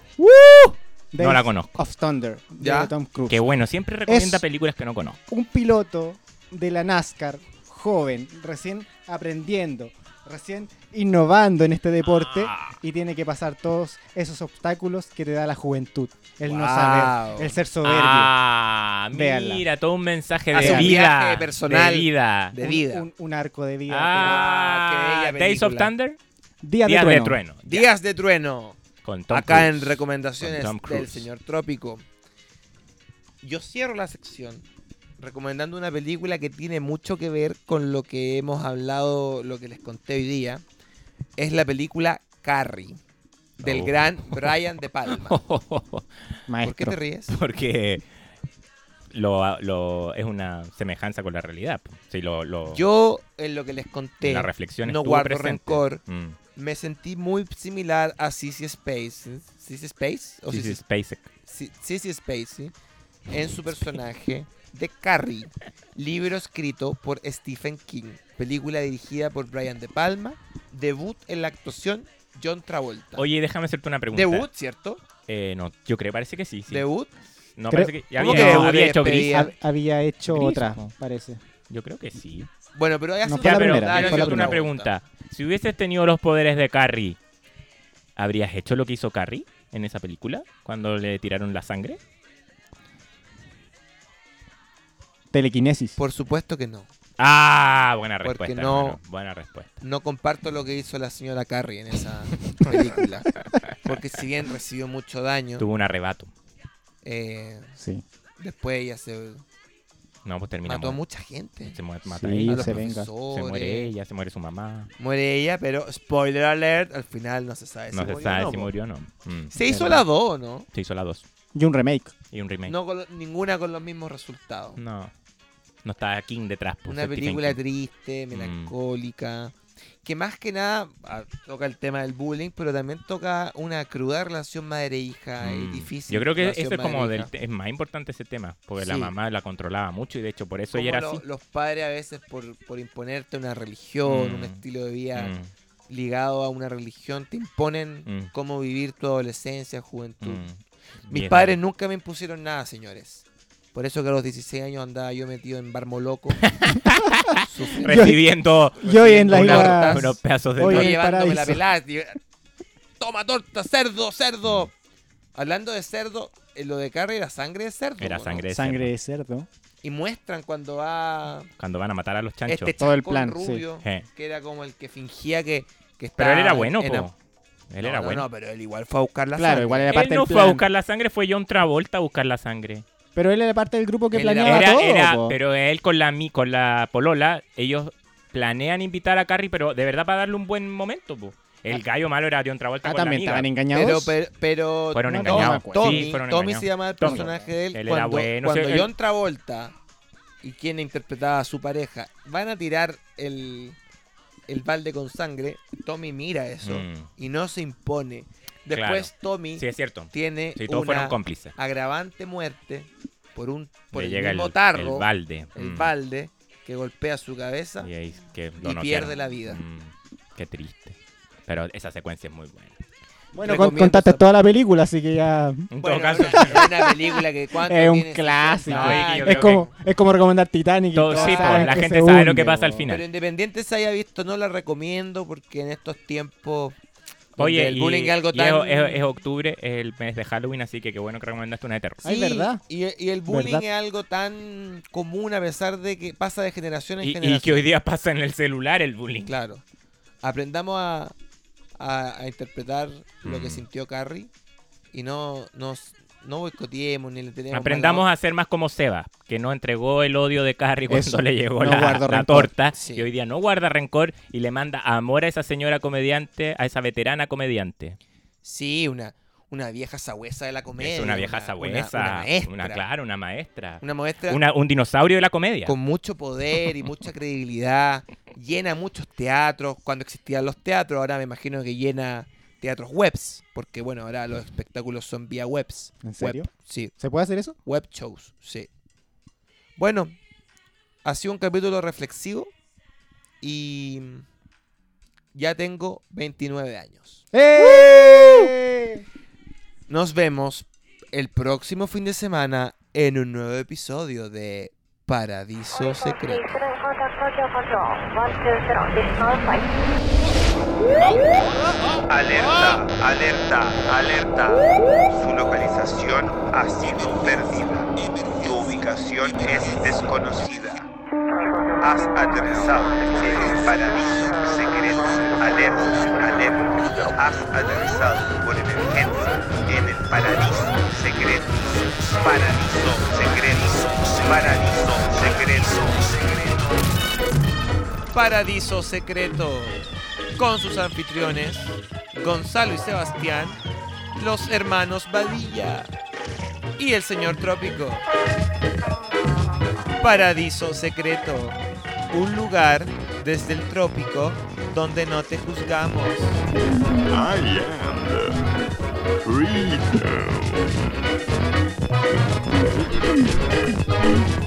S6: Days
S4: No la conozco.
S6: Of Thunder, de
S5: Ya.
S6: Tom Cruise.
S4: Qué bueno, siempre recomienda
S6: Es-
S4: películas que no conozco.
S6: un piloto de la NASCAR, joven, recién aprendiendo, recién innovando en este deporte
S4: Ah.
S6: y tiene que pasar todos esos obstáculos que te da la juventud. El
S5: Wow.
S6: no saber, el ser soberbio.
S4: Ah, mira,
S6: Véanla.
S4: todo un mensaje
S5: Hace
S4: de
S6: un
S4: vida.
S5: viaje personal.
S4: De vida.
S5: De
S6: un,
S5: vida.
S6: Un, un arco de vida.
S4: Ah,
S5: Ah, qué bella
S4: Days of
S5: película.
S4: Thunder.
S6: Día
S4: Días
S6: de trueno.
S4: de trueno. Ya,
S5: Días de trueno.
S4: Con Tom
S5: acá en
S4: Cruise.
S5: recomendaciones
S4: Con Tom
S5: del
S4: Cruise.
S5: señor Trópico. yo cierro la sección recomendando una película que tiene mucho que ver con lo que hemos hablado, lo que les conté hoy día. Es la película Carrie, del
S4: Oh. [laughs]
S5: gran Brian De Palma. ¿Por qué
S6: Maestro.
S5: te ríes?
S4: Oh. [laughs] Porque lo, lo- es una semejanza con la realidad. po. Sí, lo, lo-
S5: Yo, en lo que les conté,
S4: la reflexión
S5: no
S4: estuvo
S5: guardo
S4: presente.
S5: rencor.
S4: Mm.
S5: me sentí muy similar a Sissy Space. ¿Sissy Space? ¿O
S4: Sí, sí,
S5: Sissy
S4: SpaceX.
S5: Si- Sissy Spacey en su personaje de Carrie, libro escrito por Stephen King, película dirigida por Brian De Palma, debut en la actuación John Travolta.
S4: Oye, déjame hacerte una pregunta.
S5: debut, ¿cierto?
S4: Eh, no, yo creo, parece que sí. sí.
S5: Debut.
S4: No,
S6: Creo-
S4: parece que ya
S5: ¿Cómo
S4: había,
S5: que
S4: no,
S5: debut
S4: había
S5: de
S4: hecho
S5: despedida?
S4: Gris.
S5: Ella-
S6: Hab- había hecho
S4: Gris,
S6: otra,
S4: po.
S6: parece.
S4: Yo creo que sí.
S5: Bueno, pero ya
S6: No
S5: se
S6: fue
S4: Ya,
S6: la
S4: pero
S6: primera,
S4: déjame
S6: fue la
S4: hacerte una pregunta. Si hubieses tenido los poderes de Carrie, ¿habrías hecho lo que hizo Carrie en esa película? Cuando le tiraron la sangre.
S6: Telequinesis.
S5: Por supuesto que no.
S4: Ah, buena
S5: Porque
S4: respuesta.
S5: no-
S4: hermano, Buena respuesta.
S5: No comparto lo que hizo la señora Carrie en esa [laughs] película. Porque si bien recibió mucho daño,
S4: Tuvo un arrebato.
S5: eh,
S6: Sí.
S5: después ella se
S4: No, pues terminamos.
S5: mató a mucha gente.
S4: Se mu- mata
S6: Sí,
S4: a
S5: A
S4: ella.
S5: los
S6: se venga.
S4: Se
S5: profesores.
S4: muere ella, se muere su mamá.
S5: Muere ella, pero spoiler alert, al final no se sabe si
S4: No se
S5: murió
S4: sabe
S5: o no,
S4: si
S5: po.
S4: murió o no. Mm.
S5: Se hizo la 2, ¿no?
S4: Se hizo la 2.
S6: Y un remake.
S4: Y un remake. No.
S5: No con lo- ninguna con los mismos resultados.
S4: No, está King detrás. Mm, pues,
S5: Una
S4: Stephen
S5: película
S4: King. Mm.
S5: triste, melancólica, que más que nada ah, toca el tema del bullying, pero también toca una cruda relación madre-hija y
S4: Mm.
S5: difícil.
S4: Yo creo que
S5: relación
S4: eso es como del,
S5: madre-hija.
S4: es más importante ese tema, porque la
S5: Sí.
S4: mamá la controlaba mucho y de hecho por eso
S5: Cómo
S4: ella era
S5: lo-
S4: así.
S5: Los padres a veces por, por imponerte una religión, un
S4: Mm.
S5: estilo de vida
S4: Mm,
S5: ligado a una religión, te imponen
S4: Mm.
S5: cómo vivir tu adolescencia, juventud.
S4: mm.
S5: Mis
S4: Bien.
S5: padres
S6: [laughs]
S5: nunca me impusieron nada, señores. Por eso que a los 16 años andaba yo metido en barmo
S4: [laughs]
S5: loco. sufriendo,
S4: recibiendo
S6: Yo hoy en la
S5: Una
S6: iba.
S5: tortas.
S4: unos pedazos de
S6: Oye,
S5: yo
S6: en el
S5: llevándome la
S6: paraíso.
S5: pelada. digo, Toma torta, cerdo, cerdo. Hablando de cerdo, eh, lo de Carrie era sangre de cerdo.
S4: Era
S5: ¿no?
S4: sangre de
S6: Sangre
S4: cerdo.
S6: de cerdo.
S5: Y muestran cuando va
S4: cuando van a matar a los chanchos.
S5: este
S6: Todo el
S5: chascón
S6: plan, sí.
S5: rubio,
S4: Eh.
S5: que era como el que fingía que, que
S4: Pero
S5: estaba
S4: él era bueno,
S5: en-
S4: po.
S5: en-
S4: Él
S5: No,
S4: era
S5: no,
S4: bueno.
S5: No, pero él igual fue a buscar la
S6: Claro,
S5: sangre.
S6: igual era
S4: Él
S6: parte
S4: no
S6: del
S4: fue a
S6: plan.
S4: buscar la sangre, fue John Travolta a buscar la sangre.
S6: Pero él era parte del grupo que
S5: Él era-
S6: planeaba
S4: Era,
S6: todo.
S4: era-
S6: po.
S4: pero él con la mi- con la polola, ellos planean invitar a Carrie, pero de verdad para darle un buen momento, po.
S5: Ah.
S4: El gallo malo era John Travolta
S6: Ah,
S4: con la
S6: también
S4: amiga.
S6: estaban
S5: Pero,
S6: engañados.
S5: pero, pero
S4: Fueron
S6: No,
S4: engañados. pues.
S6: Tom-
S5: Tommy,
S4: sí, fueron
S5: Tommy
S4: engañados.
S5: se llamaba el
S4: Tommy.
S5: personaje de él.
S4: Él era
S5: cuando
S4: bueno,
S5: cuando
S4: sí, él-
S5: John Travolta y quien interpretaba a su pareja van a tirar el, el balde con sangre, Tommy mira eso
S4: Mm.
S5: y no se impone. Después Tommy
S4: Sí, es cierto.
S5: tiene
S4: Sí, todos fueron
S5: una
S4: cómplices.
S5: agravante muerte por un por
S4: Le
S5: el
S4: llega el,
S5: mismo
S4: el
S5: tarro, el,
S4: balde. Mm.
S5: balde que golpea su cabeza.
S4: Y, ahí que
S5: y
S4: lo noquearon.
S5: pierde la vida.
S4: Mm, qué triste. Pero esa secuencia es muy buena.
S6: bueno, con-
S5: recomiendo
S6: contaste
S5: esa-
S6: toda la película, así que ya.
S4: En
S5: Bueno, [laughs]
S4: todo caso,
S5: es una película que cuando
S6: Es un
S5: tiene 60
S6: clásico.
S4: No, y-
S5: años,
S4: creo
S6: Es como, es como recomendar Titanic. y
S4: Todo-
S6: todos
S4: sí, po,
S6: saben
S4: la
S6: que
S4: gente
S6: se
S4: sabe lo que
S6: hunde,
S4: pasa al
S6: po.
S4: final.
S5: Pero Independiente se haya visto, no la recomiendo porque en estos tiempos donde
S4: Oye,
S5: el
S4: y-
S5: bullying es algo
S4: y
S5: tan...
S4: es, es- es octubre, es el mes de Halloween, así que qué bueno que recomendaste una de terror.
S6: Ay, ¿verdad?
S5: Y, y el bullying
S6: ¿Verdad?
S5: es algo tan común a pesar de que pasa de generación en
S4: Y, y
S5: generación.
S4: que hoy día pasa en el celular el bullying.
S5: Claro. Aprendamos a, a- a interpretar lo que
S4: Mm.
S5: sintió Carrie y no nos no boicoteemos ni le tenemos
S4: Aprendamos
S5: mala
S4: a ser más como Seba, que no entregó el odio de Carrie cuando
S6: Eso,
S4: le llegó
S6: no
S4: la,
S6: guardo
S4: la
S6: rencor.
S4: torta.
S5: Sí.
S4: Y hoy día no guarda rencor y le manda amor a esa señora comediante, a esa veterana comediante.
S5: onda. Sí, una, una vieja sabuesa de la comedia.
S4: es una vieja
S5: una-
S4: sabuesa.
S5: Una, maestra.
S4: una- claro, una maestra.
S5: Una maestra
S4: Una- un dinosaurio de la comedia.
S5: con mucho poder y mucha credibilidad, llena muchos teatros, cuando existían los teatros, ahora me imagino que llena teatros webs, porque bueno, ahora los espectáculos son vía webs.
S6: ¿En serio?
S5: Web, sí,
S6: ¿Se puede hacer eso?
S5: web shows, sí. Bueno, ha sido un capítulo reflexivo y ya tengo 29 años.
S6: ¡Eh!
S5: Nos vemos el próximo fin de semana en un nuevo episodio de Paradiso Secreto.
S1: Incident contact Tokyo Control. 120, dismount flight.
S2: Alerta, alerta, alerta. Su localización ha sido perdida. Tu ubicación es desconocida. Has aterrizado en el paraíso secreto. Alerta, alerta. Has aterrizado por emergencia en el paraíso secreto. Paraíso secreto. Paraíso secreto. secreto.
S5: Paradiso Secreto, con sus anfitriones, Gonzalo y Sebastián, los hermanos Badilla y el señor Trópico. Paradiso Secreto, un lugar desde el trópico donde no te juzgamos.
S3: I am the freedom.